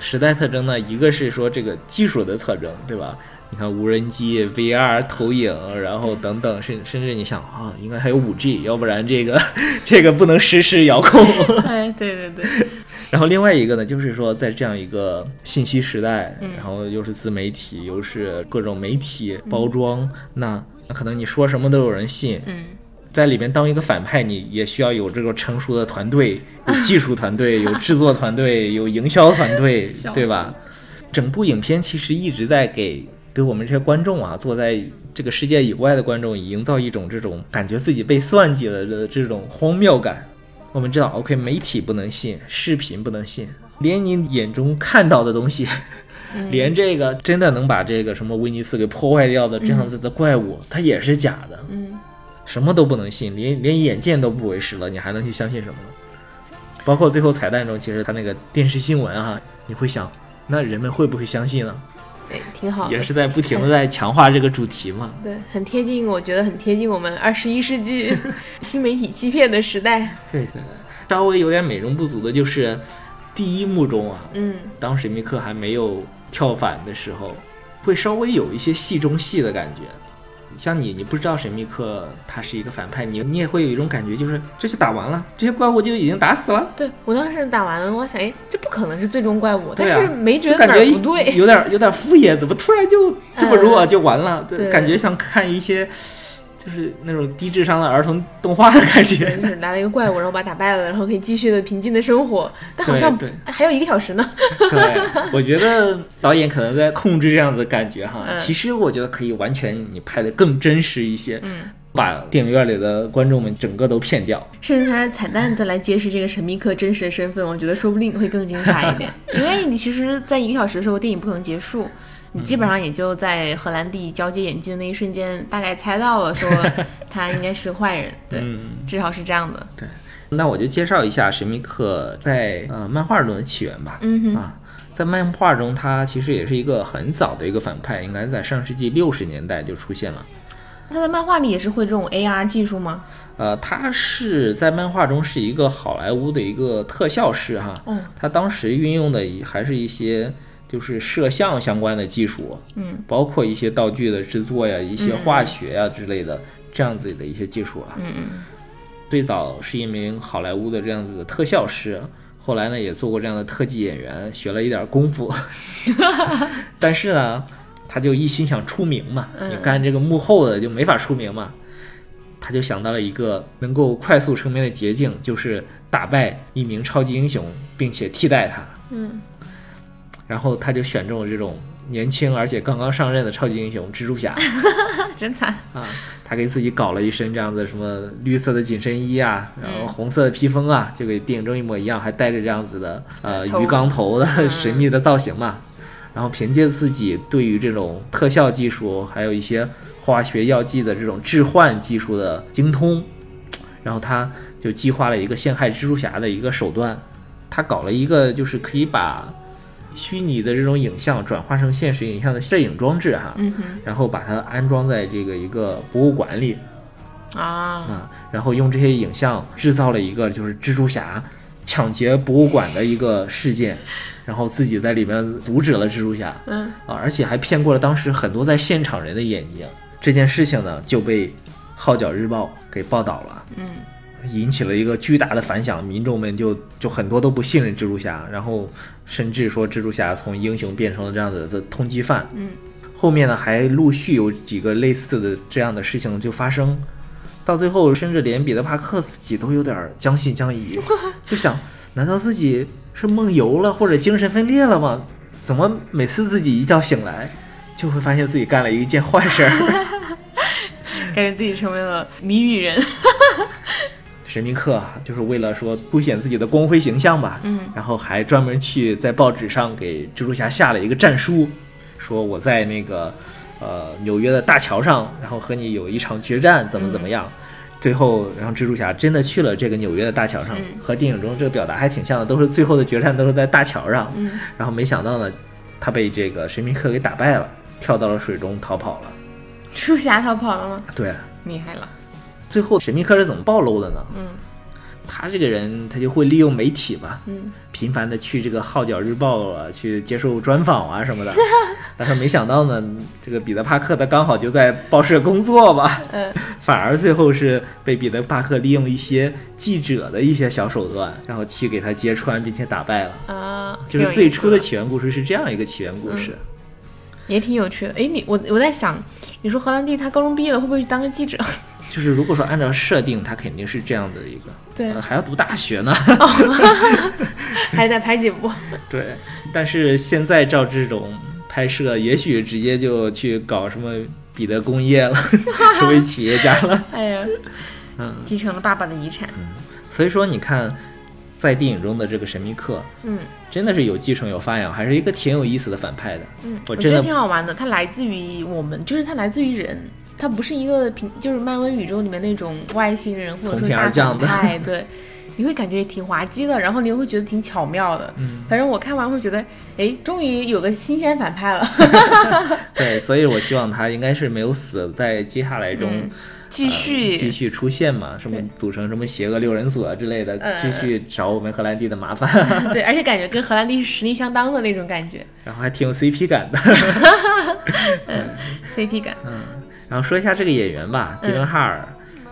Speaker 1: 时代特征呢，一个是说这个技术的特征，对吧？你看无人机、VR、投影，然后等等，甚甚至你想啊，应该还有 5G，要不然这个 这个不能实时遥控。
Speaker 2: 哎，对对对，
Speaker 1: 然后另外一个呢，就是说在这样一个信息时代，
Speaker 2: 嗯
Speaker 1: 然后又是自媒体，又是各种媒体包装，那那可能你说什么都有人信。
Speaker 2: 嗯，
Speaker 1: 在里面当一个反派，你也需要有这个成熟的团队， 有技术团队，有制作团队，有营销团队
Speaker 2: 笑，死
Speaker 1: 对吧？整部影片其实一直在给给我们这些观众啊，坐在这个世界以外的观众，营造一种这种感觉自己被算计了的这种荒谬感。我们知道，OK，媒体不能信，视频不能信，连你眼中看到的东西，
Speaker 2: 嗯
Speaker 1: 连这个真的能把这个什么威尼斯给破坏掉的这样子的怪物，它也是假的。
Speaker 2: 嗯，
Speaker 1: 什么都不能信，连连眼见都不为实了，你还能去相信什么呢？包括最后彩蛋中，其实他那个电视新闻啊，你会想，那人们会不会相信呢？
Speaker 2: 对，挺好
Speaker 1: 也
Speaker 2: 的。
Speaker 1: 是在不停的在强化这个主题嘛。
Speaker 2: 对，很贴近，我觉得很贴近我们二十一世纪 新媒体欺骗的时代。
Speaker 1: 对对，稍微有点美中不足的就是，第一幕中啊，
Speaker 2: 嗯
Speaker 1: 当史密克还没有跳反的时候，会稍微有一些戏中戏的感觉。像你，你不知道神秘客他是一个反派，你你也会有一种感觉，就是这就打完了，这些怪物就已经打死了，
Speaker 2: 对我当时打完，我想，哎，这不可能是最终怪物，但
Speaker 1: 对啊
Speaker 2: 是没觉
Speaker 1: 就
Speaker 2: 得
Speaker 1: 感
Speaker 2: 哪
Speaker 1: 觉
Speaker 2: 儿不对。
Speaker 1: 有点有点敷衍，怎么突然 就这么弱
Speaker 2: 嗯
Speaker 1: 就完了？
Speaker 2: 对
Speaker 1: 感觉像看一些就是那种低智商的儿童动画的感觉。
Speaker 2: 就是来了一个怪物，然后把它打败了，然后可以继续的平静的生活，但好像
Speaker 1: 对对
Speaker 2: 还有一个小时呢。
Speaker 1: 对，我觉得导演可能在控制这样的感觉哈。
Speaker 2: 嗯
Speaker 1: 其实我觉得可以完全你拍的更真实一些，
Speaker 2: 嗯，
Speaker 1: 把电影院里的观众们整个都骗掉。
Speaker 2: 甚至他彩蛋再来揭示这个神秘客真实的身份，我觉得说不定会更精彩一点。 因为你其实，在一个小时的时候，电影不可能结束，你基
Speaker 1: 嗯
Speaker 2: 本上也就在荷兰弟交接眼镜的那一瞬间，大概猜到 了说他应该是坏人，对，
Speaker 1: 嗯。
Speaker 2: 至少是这样的。
Speaker 1: 那我就介绍一下神秘客在呃漫画中的起源吧。
Speaker 2: 嗯哼，
Speaker 1: 啊，在漫画中，他其实也是一个很早的一个反派，应该在上世纪六十年代就出现了。
Speaker 2: 他在漫画里也是会这种 AR 技术吗？
Speaker 1: 呃，他是在漫画中是一个好莱坞的一个特效师哈，
Speaker 2: 嗯
Speaker 1: 他当时运用的也还是一些就是摄像相关的技术，
Speaker 2: 嗯，
Speaker 1: 包括一些道具的制作呀、一些化学呀之类的、这样子的一些技术啊。
Speaker 2: 嗯嗯。
Speaker 1: 最早是一名好莱坞的这样子的特效师，后来呢也做过这样的特技演员，学了一点功夫。但是呢，他就一心想出名嘛，
Speaker 2: 嗯
Speaker 1: 你干这个幕后的就没法出名嘛。他就想到了一个能够快速成名的捷径，就是打败一名超级英雄，并且替代他。
Speaker 2: 嗯
Speaker 1: 然后他就选中了这种年轻而且刚刚上任的超级英雄蜘蛛侠。
Speaker 2: 真惨。
Speaker 1: 啊，他给自己搞了一身这样的什么绿色的紧身衣啊，然后红色的披风啊，就给电影中一模一样，还带着这样子的呃
Speaker 2: 头
Speaker 1: 鱼缸头的 神秘的造型嘛。然后凭借自己对于这种特效技术，还有一些化学药剂的这种置换技术的精通，然后他就计划了一个陷害蜘蛛侠的一个手段。他搞了一个就是可以把虚拟的这种影像转化成现实影像的摄影装置哈，
Speaker 2: 嗯哼
Speaker 1: 然后把它安装在这个一个博物馆里
Speaker 2: 啊，
Speaker 1: 啊，然后用这些影像制造了一个就是蜘蛛侠抢劫博物馆的一个事件，然后自己在里面阻止了蜘蛛侠
Speaker 2: 嗯
Speaker 1: 啊，而且还骗过了当时很多在现场人的眼睛。这件事情呢就被《号角日报》给报道了。
Speaker 2: 嗯
Speaker 1: 引起了一个巨大的反响，民众们就就很多都不信任蜘蛛侠，然后甚至说蜘蛛侠从英雄变成了这样的的通缉犯。
Speaker 2: 嗯，
Speaker 1: 后面呢还陆续有几个类似的这样的事情就发生，到最后甚至连彼得帕克自己都有点儿将信将疑，就想难道自己是梦游了或者精神分裂了吗？怎么每次自己一觉醒来就会发现自己干了一件坏事儿？
Speaker 2: 感觉自己成为了谜语人。
Speaker 1: 神秘客啊，就是为了说凸显自己的光辉形象吧，
Speaker 2: 嗯，
Speaker 1: 然后还专门去在报纸上给蜘蛛侠下了一个战书，说我在那个呃纽约的大桥上，然后和你有一场决战，怎么怎么样。最后，然后蜘蛛侠真的去了这个纽约的大桥上，
Speaker 2: 嗯
Speaker 1: 和电影中这个表达还挺像的，都是最后的决战都是在大桥上。
Speaker 2: 嗯
Speaker 1: 然后没想到呢，他被这个神秘客给打败了，跳到了水中逃跑了。
Speaker 2: 蜘蛛侠逃跑了吗？
Speaker 1: 对，
Speaker 2: 厉害了。
Speaker 1: 最后神秘客是怎么暴露的呢？
Speaker 2: 嗯
Speaker 1: 他这个人他就会利用媒体嘛，
Speaker 2: 嗯
Speaker 1: 频繁的去这个《号角日报》啊，去接受专访啊什么 的。但是没想到呢，这个彼得帕克他刚好就在报社工作 吧，
Speaker 2: 呃
Speaker 1: 反而最后是被彼得帕克利用一些记者的一些小手段，然后去给他揭穿，并且打败了。
Speaker 2: 啊，
Speaker 1: 就
Speaker 2: 挺有
Speaker 1: 是
Speaker 2: 意
Speaker 1: 最
Speaker 2: 思嗯
Speaker 1: 初的起源故事是这样一个起源故事。
Speaker 2: 也挺有趣的。哎，你我我在想，你说荷兰弟他高中毕业了，会不会去当个记者？
Speaker 1: 就是如果说按照设定，他肯定是这样的一个，
Speaker 2: 对
Speaker 1: 呃，还要读大学呢。
Speaker 2: 还得排几部。
Speaker 1: 对，但是现在照这种拍摄，也许直接就去搞什么彼得工业 了，成为企业家了。
Speaker 2: 哎呀，
Speaker 1: 嗯，
Speaker 2: 继承了爸爸的遗产。
Speaker 1: 所以说你看，在电影中的这个神秘客，
Speaker 2: 嗯
Speaker 1: 真的是有继承有发扬，还是一个挺有意思的反派的。
Speaker 2: 嗯，
Speaker 1: 我
Speaker 2: 我
Speaker 1: 真
Speaker 2: 觉
Speaker 1: 的
Speaker 2: 得挺好玩的。它来自于我们，就是它来自于人。它不是一个平，就是漫威宇宙里面那种外星人或者
Speaker 1: 从
Speaker 2: 说
Speaker 1: 天而
Speaker 2: 大
Speaker 1: 降
Speaker 2: 反
Speaker 1: 的
Speaker 2: 派，对，你会感觉挺滑稽的，然后你又会觉得挺巧妙的。
Speaker 1: 嗯，
Speaker 2: 反正我看完会觉得，哎，终于有个新鲜反派了，
Speaker 1: 呃对，所以我希望他应该是没有死，在接下来中、
Speaker 2: 嗯继续、
Speaker 1: 呃继续出现嘛，什么
Speaker 2: 对
Speaker 1: 组成什么邪恶六人组啊之类的，
Speaker 2: 嗯
Speaker 1: 继续找我们荷兰弟的麻 烦，
Speaker 2: 对，而且感觉跟荷兰弟是实力相当的那种感觉
Speaker 1: 然后还挺有 CP 感的。
Speaker 2: ，CP 感。
Speaker 1: 嗯，然后说一下这个演员吧，
Speaker 2: 嗯
Speaker 1: 吉伦哈尔。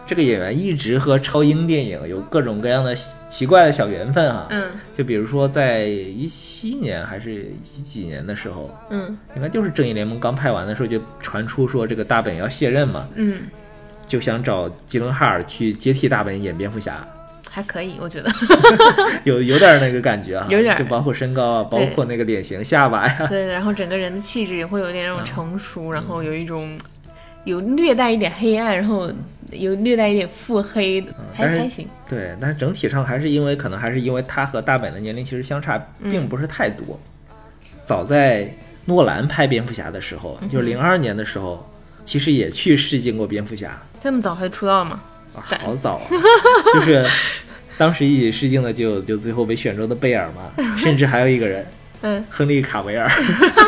Speaker 1: 这个演员一直和超英电影有各种各样的奇怪的小缘分啊，
Speaker 2: 嗯
Speaker 1: 就比如说在一七年还是一几年的时候，
Speaker 2: 嗯
Speaker 1: 应该就是《正义联盟》刚拍完的时候，就传出说这个大本要卸任嘛，
Speaker 2: 嗯，
Speaker 1: 就想找吉伦哈尔去接替大本演蝙蝠侠，
Speaker 2: 还可以，我觉得。
Speaker 1: 有有点那个感觉啊，
Speaker 2: 有点儿
Speaker 1: 就包括身高啊，包括那个脸型、下巴 呀、
Speaker 2: 对，然后整个人的气质也会有
Speaker 1: 嗯
Speaker 2: 点那种成熟，然后有一种有略带一点黑暗，然后有略带一点腹黑，还
Speaker 1: 嗯但是
Speaker 2: 还行。
Speaker 1: 对，但是整体上还是因为可能还是因为他和大本的年龄其实相差并不是太多。早在诺兰拍蝙蝠侠的时候，就是零二年的时候，其实也去试镜过蝙蝠 侠，
Speaker 2: 这么早他就出道了吗？
Speaker 1: 啊
Speaker 2: 对
Speaker 1: 好早啊，就是当时一起试镜的就就最后被选中的贝尔 嘛，甚至还有一个人
Speaker 2: 嗯，
Speaker 1: 亨利卡维尔，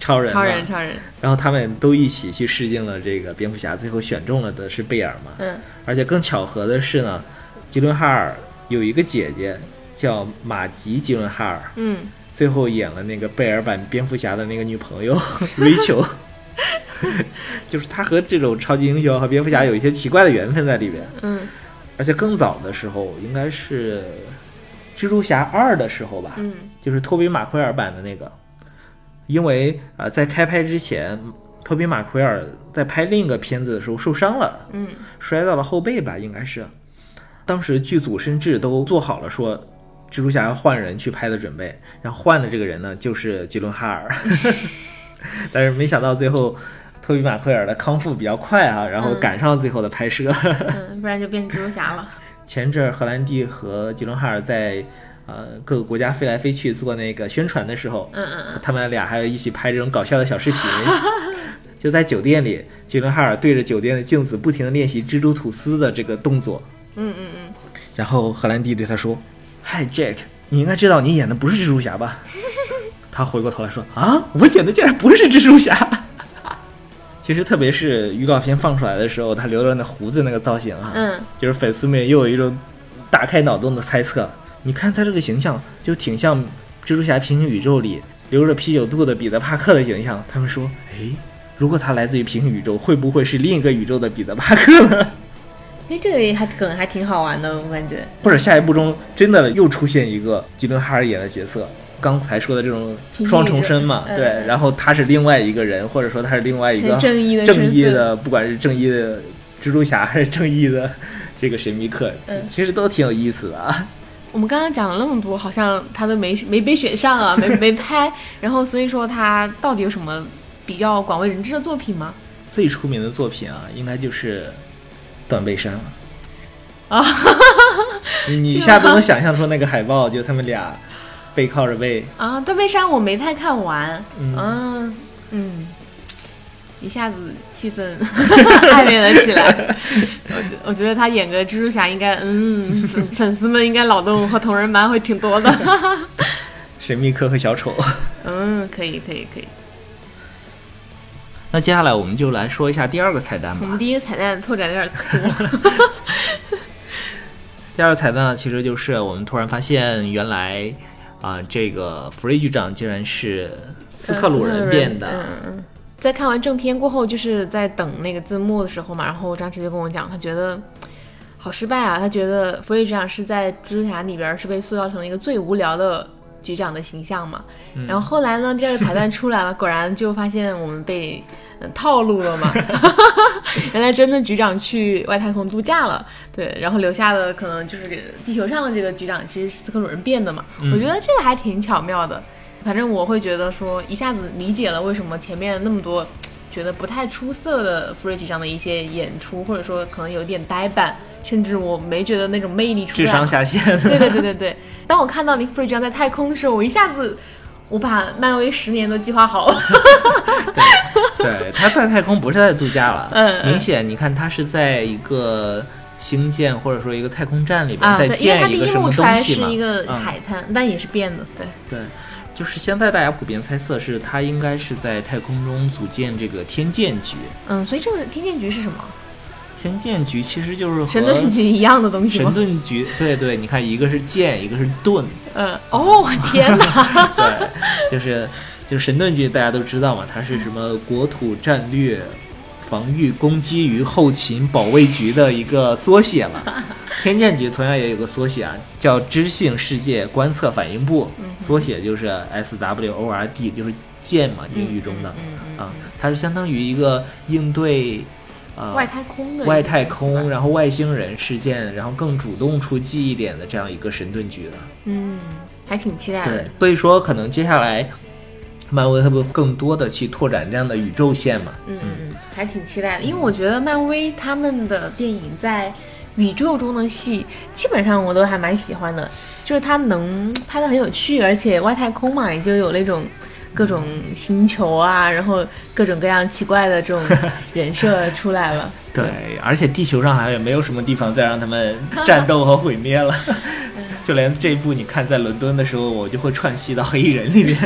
Speaker 1: 超人嘛
Speaker 2: 超人，超人，
Speaker 1: 然后他们都一起去试镜了这个蝙蝠侠，最后选中了的是贝尔嘛。
Speaker 2: 嗯
Speaker 1: 而且更巧合的是呢，吉伦哈尔有一个姐姐叫马吉·吉伦哈尔，
Speaker 2: 嗯，
Speaker 1: 最后演了那个贝尔版蝙蝠侠的那个女朋友 Rachel。就是他和这种超级英雄和蝙蝠侠有一些奇怪的缘分在里边，
Speaker 2: 嗯
Speaker 1: 而且更早的时候应该是蜘蛛侠二的时候吧，
Speaker 2: 嗯
Speaker 1: 就是托比·马奎尔版的那个，因为呃在开拍之前，托比·马奎尔在拍另一个片子的时候受伤了，
Speaker 2: 嗯
Speaker 1: 摔到了后背吧，应该是。当时剧组甚至都做好了说蜘蛛侠要换人去拍的准备，然后换的这个人呢就是吉伦哈尔， 但是没想到最后托比·马奎尔的康复比较快啊，然
Speaker 2: 嗯
Speaker 1: 后赶上最后的拍摄。
Speaker 2: 嗯，不然就变蜘蛛侠了。
Speaker 1: 前阵儿荷兰弟和吉伦哈尔在呃各个国家飞来飞去做那个宣传的时候，
Speaker 2: 嗯嗯
Speaker 1: 他们俩还有一起拍这种搞笑的小视频。 就在酒店里，吉伦哈尔对着酒店的镜子不停地练习蜘蛛吐丝的这个动作，
Speaker 2: 嗯嗯嗯
Speaker 1: 然后荷兰弟对他说：“嗨，Jack，你应该知道你演的不是蜘蛛侠吧？” 他回过头来说：“啊，我演的竟然不是蜘蛛侠。” 其实，特别是预告片放出来的时候，他留着那胡子那个造型啊，
Speaker 2: 嗯
Speaker 1: 就是粉丝们又有一种大开脑洞的猜测。你看他这个形象，就挺像蜘蛛侠平行宇宙里留着啤酒肚的彼得·帕克的形象。他们说：“诶，如果他来自于平行宇宙，会不会是另一个宇宙的彼得·帕克呢？”
Speaker 2: 嗯，哎，这个也还梗还挺好玩的，我感觉。
Speaker 1: 或者下一部中真的又出现一个吉伦哈尔演的角色，刚才说的这种双重身嘛，
Speaker 2: 平行宇宙
Speaker 1: 对
Speaker 2: 嗯，
Speaker 1: 然后他是另外一个人，或者说他是另外一个
Speaker 2: 很正义的身份
Speaker 1: 正义的，不管是正义的蜘蛛侠还是正义的这个神秘客，
Speaker 2: 嗯
Speaker 1: 其实都挺有意思的啊。
Speaker 2: 我们刚刚讲了那么多，好像他都没没被选上啊，没没拍。 然后所以说他到底有什么比较广为人知的作品吗？
Speaker 1: 最出名的作品啊，应该就是《断背山》了。
Speaker 2: 啊，
Speaker 1: 你 你一下都能想象出那个海报，就他们俩背靠着背，
Speaker 2: 啊，《断背山》我没太看完，
Speaker 1: 嗯
Speaker 2: 啊嗯，一下子气氛暧昧了起来。我觉我觉得他演个蜘蛛侠应该，嗯， 粉粉丝们应该脑洞和同人漫会挺多的。
Speaker 1: 神秘客和小 丑。
Speaker 2: 嗯，可以可以可以。
Speaker 1: 那接下来我们就来说一下第二个菜单吧。
Speaker 2: 我们第一个彩蛋拓展有点多，
Speaker 1: 第二个彩蛋呢，其实就是我们突然发现，原来啊、这个福瑞局长竟然是斯克鲁人变的。
Speaker 2: 嗯嗯嗯在看完正片过后，就是在等那个字幕的时候嘛，然后张弛就跟我讲，他觉得好失败啊，他觉得福瑞局长是在蜘蛛侠里边是被塑造成了一个最无聊的局长的形象嘛。然后后来呢，第二个彩蛋出来了，果然就发现我们被。嗯套路了嘛？原来真的局长去外太空度假了，对，然后留下的可能就是给地球上的这个局长，其实是斯克鲁人变的嘛。我觉得这个还挺巧妙的，反正我会觉得说一下子理解了为什么前面那么多觉得不太出色的福瑞吉上的一些演出，或者说可能有点呆板，甚至我没觉得那种魅力出
Speaker 1: 智
Speaker 2: 来
Speaker 1: 商。下线，
Speaker 2: 对对对对 对，当我看到你福瑞吉在太空的时候，我一下子我把漫威十年都计划好 了。
Speaker 1: 对他在太空不是在度假了，
Speaker 2: 嗯嗯
Speaker 1: 明显你看他是在一个星舰或者说一个太空站里边、
Speaker 2: 啊，
Speaker 1: 再
Speaker 2: 对，因为它
Speaker 1: 建
Speaker 2: 第
Speaker 1: 个
Speaker 2: 一
Speaker 1: 什
Speaker 2: 幕
Speaker 1: 么
Speaker 2: 出
Speaker 1: 东
Speaker 2: 来
Speaker 1: 西
Speaker 2: 是
Speaker 1: 嘛，
Speaker 2: 一个
Speaker 1: 嗯
Speaker 2: 海滩，但也是变的，对，
Speaker 1: 对，就是现在大家普遍猜测是他应该是在太空中组建这个天剑局，
Speaker 2: 嗯，所以这个天剑局是什么？
Speaker 1: 天剑局其实就是和
Speaker 2: 神盾局一样的东西
Speaker 1: 神
Speaker 2: 吗？
Speaker 1: 盾局，对对，你看一个是剑，一个是盾，
Speaker 2: 嗯，哦，我天 哪！
Speaker 1: 对，就是就是神盾局大家都知道嘛，它是什么国土战略防御攻击于后勤保卫局的一个缩写嘛。天剑局同样也有个缩写啊，叫知性世界观测反应部，
Speaker 2: 嗯
Speaker 1: 缩写就是 SWORD，就是剑嘛，英语中的
Speaker 2: 嗯嗯嗯
Speaker 1: 啊，它是相当于一个应对啊
Speaker 2: 外太空的
Speaker 1: 外太空，
Speaker 2: 是吧
Speaker 1: 然后外星人事件，然后更主动出击一点的这样一个神盾局的。
Speaker 2: 嗯，还挺期待
Speaker 1: 对
Speaker 2: 的。，
Speaker 1: 所以说可能接下来漫威会不会更多的去拓展这样的宇宙线嘛？
Speaker 2: 嗯嗯，嗯，还挺期待的，因为我觉得漫威他们的电影在宇宙中的戏，基本上我都还蛮喜欢的，就是它能拍的很有趣，而且外太空嘛，你就有那种。各种星球啊，然后各种各样奇怪的这种人设出来了。
Speaker 1: 对，而且地球上好像也没有什么地方再让他们战斗和毁灭了。就连这一部，你看在伦敦的时候，我就会串戏到黑衣人里面。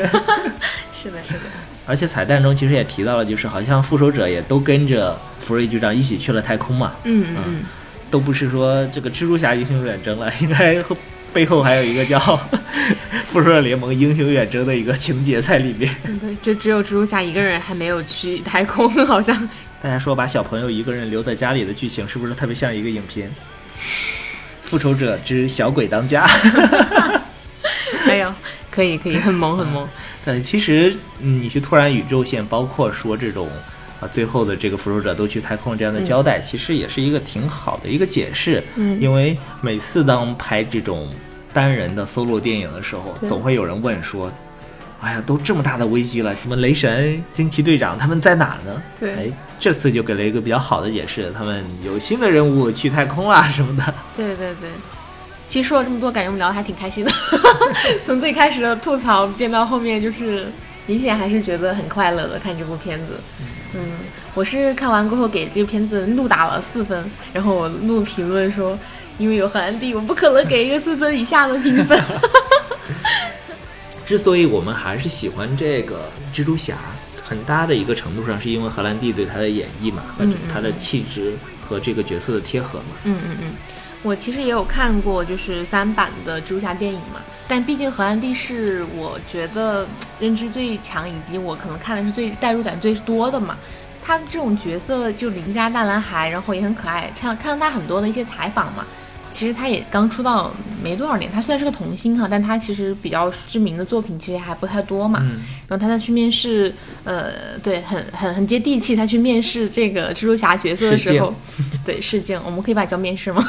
Speaker 2: 是的，是的，
Speaker 1: 而且彩蛋中其实也提到了，就是好像复仇者也都跟着福瑞局长一起去了太空嘛，
Speaker 2: 嗯嗯嗯，
Speaker 1: 都不是说这个蜘蛛侠英雄远征了，应该后背后还有一个叫 复仇者联盟英雄远征的一个情节在里面。
Speaker 2: 嗯对，就只有蜘蛛侠一个人还没有去太空，好像
Speaker 1: 大家说把小朋友一个人留在家里的剧情，是不是特别像一个影片？复仇者之小鬼当家。
Speaker 2: 哎呦， 可以可以，很萌很萌。
Speaker 1: 呃，其实嗯你去拓展宇宙线，包括说这种啊最后的这个复仇者都去太空这样的交代，其实也是一个挺好的一个解释。
Speaker 2: 嗯
Speaker 1: 因为每次当拍这种单人的 solo 电影的时候，
Speaker 2: 对
Speaker 1: 总会有人问说。哎呀，都这么大的危机了，什么雷神、惊奇队长他们在哪呢？
Speaker 2: 对
Speaker 1: 哎，这次就给了一个比较好的解释，他们有新的任务去太空啦什么的。
Speaker 2: 对对对，其实说了这么多，感觉我们聊的还挺开心的。 从最开始的吐槽变到后面，就是明显还是觉得很快乐的看这部片子。嗯，我是看完过后给这个片子怒打了四分，然后我怒评论说，因为有荷兰弟，我不可能给一个四分以下的评分。
Speaker 1: 之所以我们还是喜欢这个蜘蛛侠，很大的一个程度上是因为荷兰弟对他的演绎嘛，
Speaker 2: 嗯
Speaker 1: 他的气质和这个角色的贴合嘛。
Speaker 2: 嗯嗯嗯，我其实也有看过，就是三版的蜘蛛侠电影嘛。但毕竟荷兰弟是我觉得认知最强，以及我可能看的是最代入感最多的嘛。他这种角色就邻家大男孩，然后也很可爱，看看到他很多的一些采访嘛。其实他也刚出道没多少年，他虽然是个童星哈，但他其实比较知名的作品其实还不太多嘛。
Speaker 1: 嗯，
Speaker 2: 然后他在去面试，呃，对，很很很接地气。他去面试这个蜘蛛侠角色的时候， 对试镜，我们可以把它叫面试吗？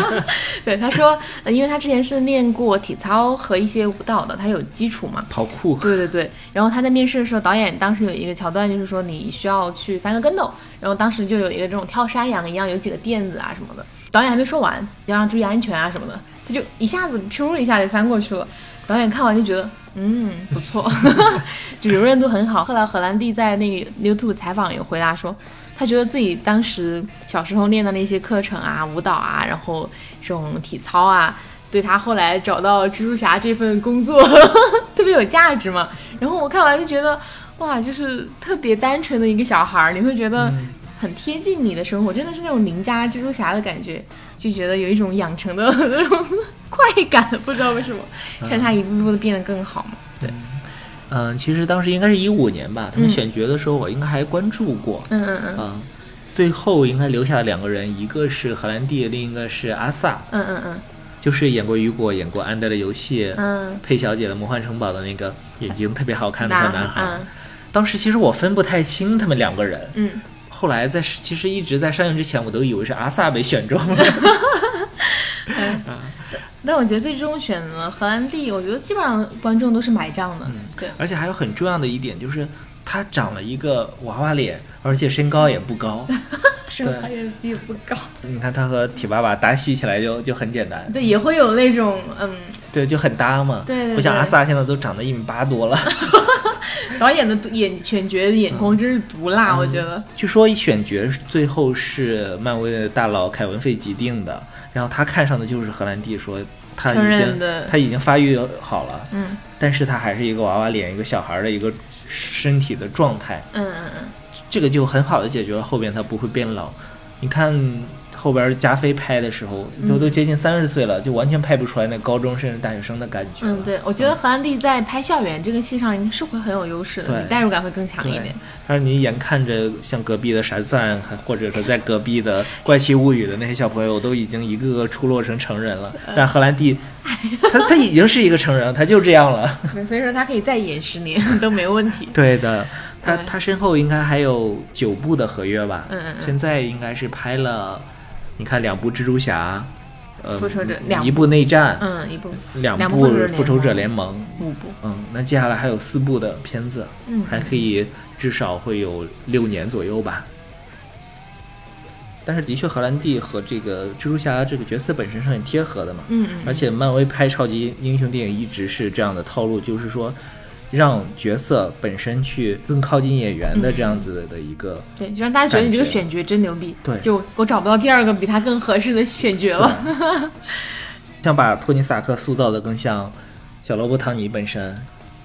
Speaker 2: 对，他说、呃因为他之前是练过体操和一些舞蹈的，他有基础嘛。
Speaker 1: 跑酷。
Speaker 2: 对对对，然后他在面试的时候，导演当时有一个桥段，就是说你需要去翻个跟斗，然后当时就有一个这种跳山羊一样，有几个垫子啊什么的。导演还没说完，要让注意安全啊什么的，他就一下子咻一下就翻过去了。导演看完就觉得，嗯，不错， 就柔韧度很好。后来荷兰弟在那个 YouTube 采访有回答说，他觉得自己当时小时候练的那些课程啊、舞蹈啊，然后这种体操啊，对他后来找到蜘蛛侠这份工作 特别有价值嘛。然后我看完就觉得，哇，就是特别单纯的一个小孩儿，你会觉得很贴近你的生活，真的是那种邻家蜘蛛侠的感觉，就觉得有一种养成的那种快感，不知道为什么，看他一步步的变得更好嘛。
Speaker 1: 嗯，其实当时应该是一五年吧，他们
Speaker 2: 嗯
Speaker 1: 选角的时候我应该还关注过。
Speaker 2: 嗯嗯嗯
Speaker 1: 嗯，最后应该留下了两个人，一个是荷兰弟，另一个是阿萨，
Speaker 2: 嗯嗯嗯
Speaker 1: 就是演过雨果、演过安德的游戏、
Speaker 2: 嗯，
Speaker 1: 佩小姐的魔幻城堡的那个眼睛特别好看的小男孩。
Speaker 2: 嗯
Speaker 1: 当时其实我分不太清他们两个人。
Speaker 2: 嗯，
Speaker 1: 后来在其实一直在上映之前，我都以为是阿萨被选中了。
Speaker 2: 但我觉得最终选了荷兰弟，我觉得基本上观众都是买账的，对，
Speaker 1: 而且还有很重要的一点就是，他长了一个娃娃脸，而且身高也不 高。
Speaker 2: 身高也也不高，
Speaker 1: 你看他和铁爸爸搭戏起来就就很简单，
Speaker 2: 对，也会有那种嗯，
Speaker 1: 对，就很搭嘛。
Speaker 2: 对对对
Speaker 1: 不像阿萨现在都长到一米八多了。
Speaker 2: 导演的眼选角的眼光真是毒辣，我觉得，
Speaker 1: 据说一选角最后是漫威的大佬凯文费吉定的，然后他看上的就是荷兰弟，说他
Speaker 2: 承
Speaker 1: 已
Speaker 2: 认
Speaker 1: 经
Speaker 2: 的
Speaker 1: 他已经发育好了，
Speaker 2: 嗯
Speaker 1: 但是他还是一个娃娃脸，一个小孩儿的一个身体的状态。
Speaker 2: 嗯嗯嗯，
Speaker 1: 这个就很好的解决了后边他不会变老。你看后边加菲拍的时候，都都接近三十岁了，就完全拍不出来那高中甚至大学生的感觉了。
Speaker 2: 嗯，对，我觉得何安娣在拍校园这个戏上是会很有优势的，
Speaker 1: 对
Speaker 2: 你代入感会更强一
Speaker 1: 对
Speaker 2: 点。，
Speaker 1: 但是你眼看着像隔壁的傻赞，还或者说在隔壁的怪奇物语的那些小朋友，都已经一个个出落成成人了，但荷兰弟，他他已经是一个成人了，他就这样了。
Speaker 2: 对所以说他可以再演十年都没 问题。
Speaker 1: 对的，他
Speaker 2: 对
Speaker 1: 他身后应该还有九部的合约吧？
Speaker 2: 嗯嗯嗯
Speaker 1: 现在应该是拍了，你看两部蜘蛛侠，呃，
Speaker 2: 复仇者两
Speaker 1: 一部内战，
Speaker 2: 嗯，一部
Speaker 1: 两
Speaker 2: 两
Speaker 1: 部
Speaker 2: 部复仇者联盟
Speaker 1: 复仇者联盟。
Speaker 2: 五部，
Speaker 1: 嗯，那接下来还有四部的片子，
Speaker 2: 嗯，
Speaker 1: 还可以至少会有六年左右吧。但是的确，荷兰弟和这个蜘蛛侠这个角色本身是很贴合的嘛。
Speaker 2: 嗯嗯，
Speaker 1: 而且漫威拍超级英雄电影一直是这样的套路，就是说让角色本身去更靠近演员的这样子的一个。
Speaker 2: 对，就让大家觉得你这个
Speaker 1: 感觉
Speaker 2: 选角真牛逼。
Speaker 1: 对
Speaker 2: 就我找不到第二个比他更合适的选角了。
Speaker 1: 想把托尼·斯塔克塑造的更像小罗伯·唐尼本身。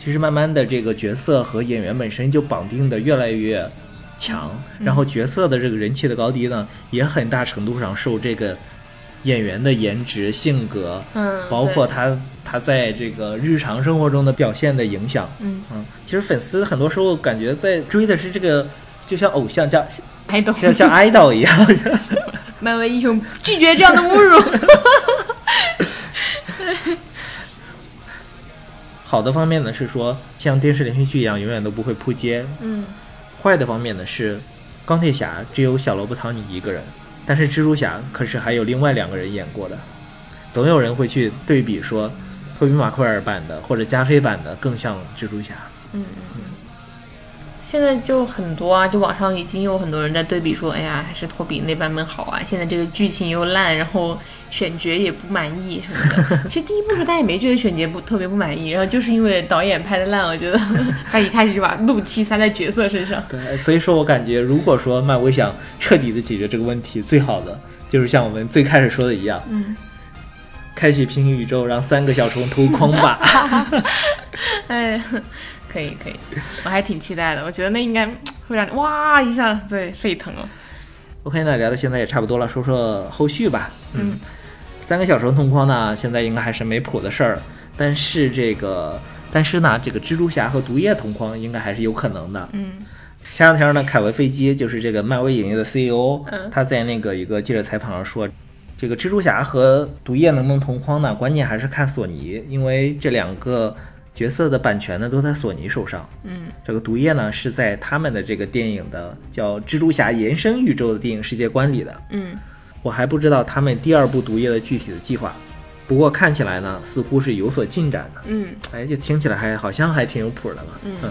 Speaker 1: 其实慢慢的，这个角色和演员本身就绑定的越来越强，然后角色的这个人气的高低呢，也很大程度上受这个演员的颜值、性格，
Speaker 2: 嗯，
Speaker 1: 包括他他在这个日常生活中的表现的影响。
Speaker 2: 对嗯，
Speaker 1: 嗯，其实粉丝很多时候感觉在追的是这个，就像偶像加
Speaker 2: 还懂。
Speaker 1: 像像 idol 一样， 像
Speaker 2: 漫威英雄拒绝这样的 侮辱。
Speaker 1: 好的方面呢是说，像电视连续剧一样永远都不会扑街；
Speaker 2: 嗯，
Speaker 1: 坏的方面呢是，钢铁侠只有小罗伯·唐尼一个人，但是蜘蛛侠可是还有另外两个人演过的。总有人会去对比说，托比·马奎尔版的或者加菲版的更像蜘蛛侠。
Speaker 2: 现在就很多啊，就网上已经有很多人在对比说，哎呀，还是托比那版本好啊。现在这个剧情又烂，然后选角也不满意什么 的。其实第一部时候大家也没觉得选角不特别不满意，然后就是因为导演拍的烂，我觉 得他一开始就把怒气撒在角色身上。
Speaker 1: 对，所以说我感觉，如果说漫威想彻底的解决这个问题，最好的就是像我们最开始说的一样，
Speaker 2: 嗯，
Speaker 1: 开启平行宇宙，让三个小虫偷框吧。
Speaker 2: 哎，可以可以，我还挺期待的。我觉得那应该会让你哇一下对沸腾了。
Speaker 1: OK，那聊到现在也差不多了，说说后续吧。
Speaker 2: 嗯，
Speaker 1: 三个小虫同框呢，现在应该还是没谱的事儿，但是这个，但是呢，这个蜘蛛侠和毒液同框应该还是有可能的。
Speaker 2: 嗯
Speaker 1: 前两天呢，凯文·费基就是这个漫威影业的 CEO，、
Speaker 2: 嗯
Speaker 1: 他在那个一个记者采访上说，这个蜘蛛侠和毒液能不能同框呢？关键还是看索尼，因为这两个角色的版权呢都在索尼手上。
Speaker 2: 嗯
Speaker 1: 这个毒液呢是在他们的这个电影的叫《蜘蛛侠延伸宇宙》的电影世界观里的。
Speaker 2: 嗯
Speaker 1: 我还不知道他们第二部毒液的具体的计划，不过看起来呢似乎是有所进展的。
Speaker 2: 嗯，
Speaker 1: 哎，就听起来还好像还挺有谱的嘛。
Speaker 2: 嗯
Speaker 1: 嗯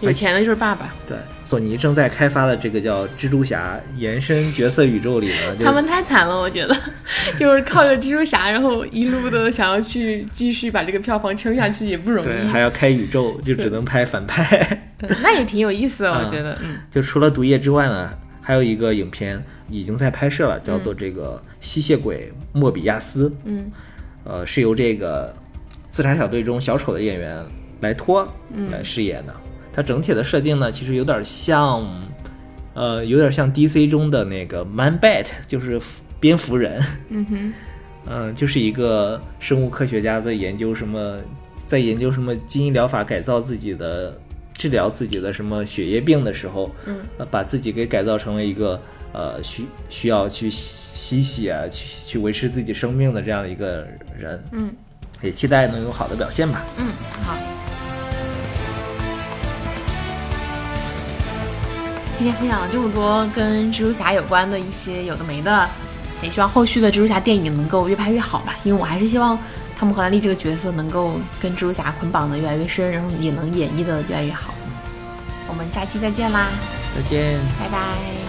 Speaker 2: 有钱的就是爸爸。
Speaker 1: 对，索尼正在开发的这个叫《蜘蛛侠延伸角色宇宙》里呢，就
Speaker 2: 他们太惨了，我觉得， 就是靠着蜘蛛侠，然后一路的想要去继续把这个票房撑下去也不容
Speaker 1: 对
Speaker 2: 易。
Speaker 1: 还要开宇宙，就只能拍反派。
Speaker 2: 对那也挺有意思的，
Speaker 1: 啊
Speaker 2: 我觉得，嗯
Speaker 1: 就除了毒液之外呢，还有一个影片已经在拍摄了，叫做这个《吸血鬼莫比亚斯》。
Speaker 2: 嗯
Speaker 1: 呃，是由这个自杀小队中小丑的演员莱托来饰演的。它整体的设定呢，其实有点像，呃，有点像 DC 中的那个 Man Bat，就是蝙蝠人。
Speaker 2: 嗯哼，
Speaker 1: 嗯，就是一个生物科学家在研究什么，在研究什么基因疗法改造自己的治疗自己的什么血液病的时候，
Speaker 2: 嗯
Speaker 1: 呃，把自己给改造成为一个呃需需要去吸吸血啊，去去维持自己生命的这样的一个人，
Speaker 2: 嗯
Speaker 1: 也期待能有好的表现吧。
Speaker 2: 嗯，好。今天分享了这么多跟蜘蛛侠有关的一些有的没的，也希望后续的蜘蛛侠电影能够越拍越好吧，因为我还是希望汤姆·荷兰弟这个角色能够跟蜘蛛侠捆绑的越来越深，然后也能演绎的越来越好。我们下期再见啦！
Speaker 1: 再见。
Speaker 2: 拜拜。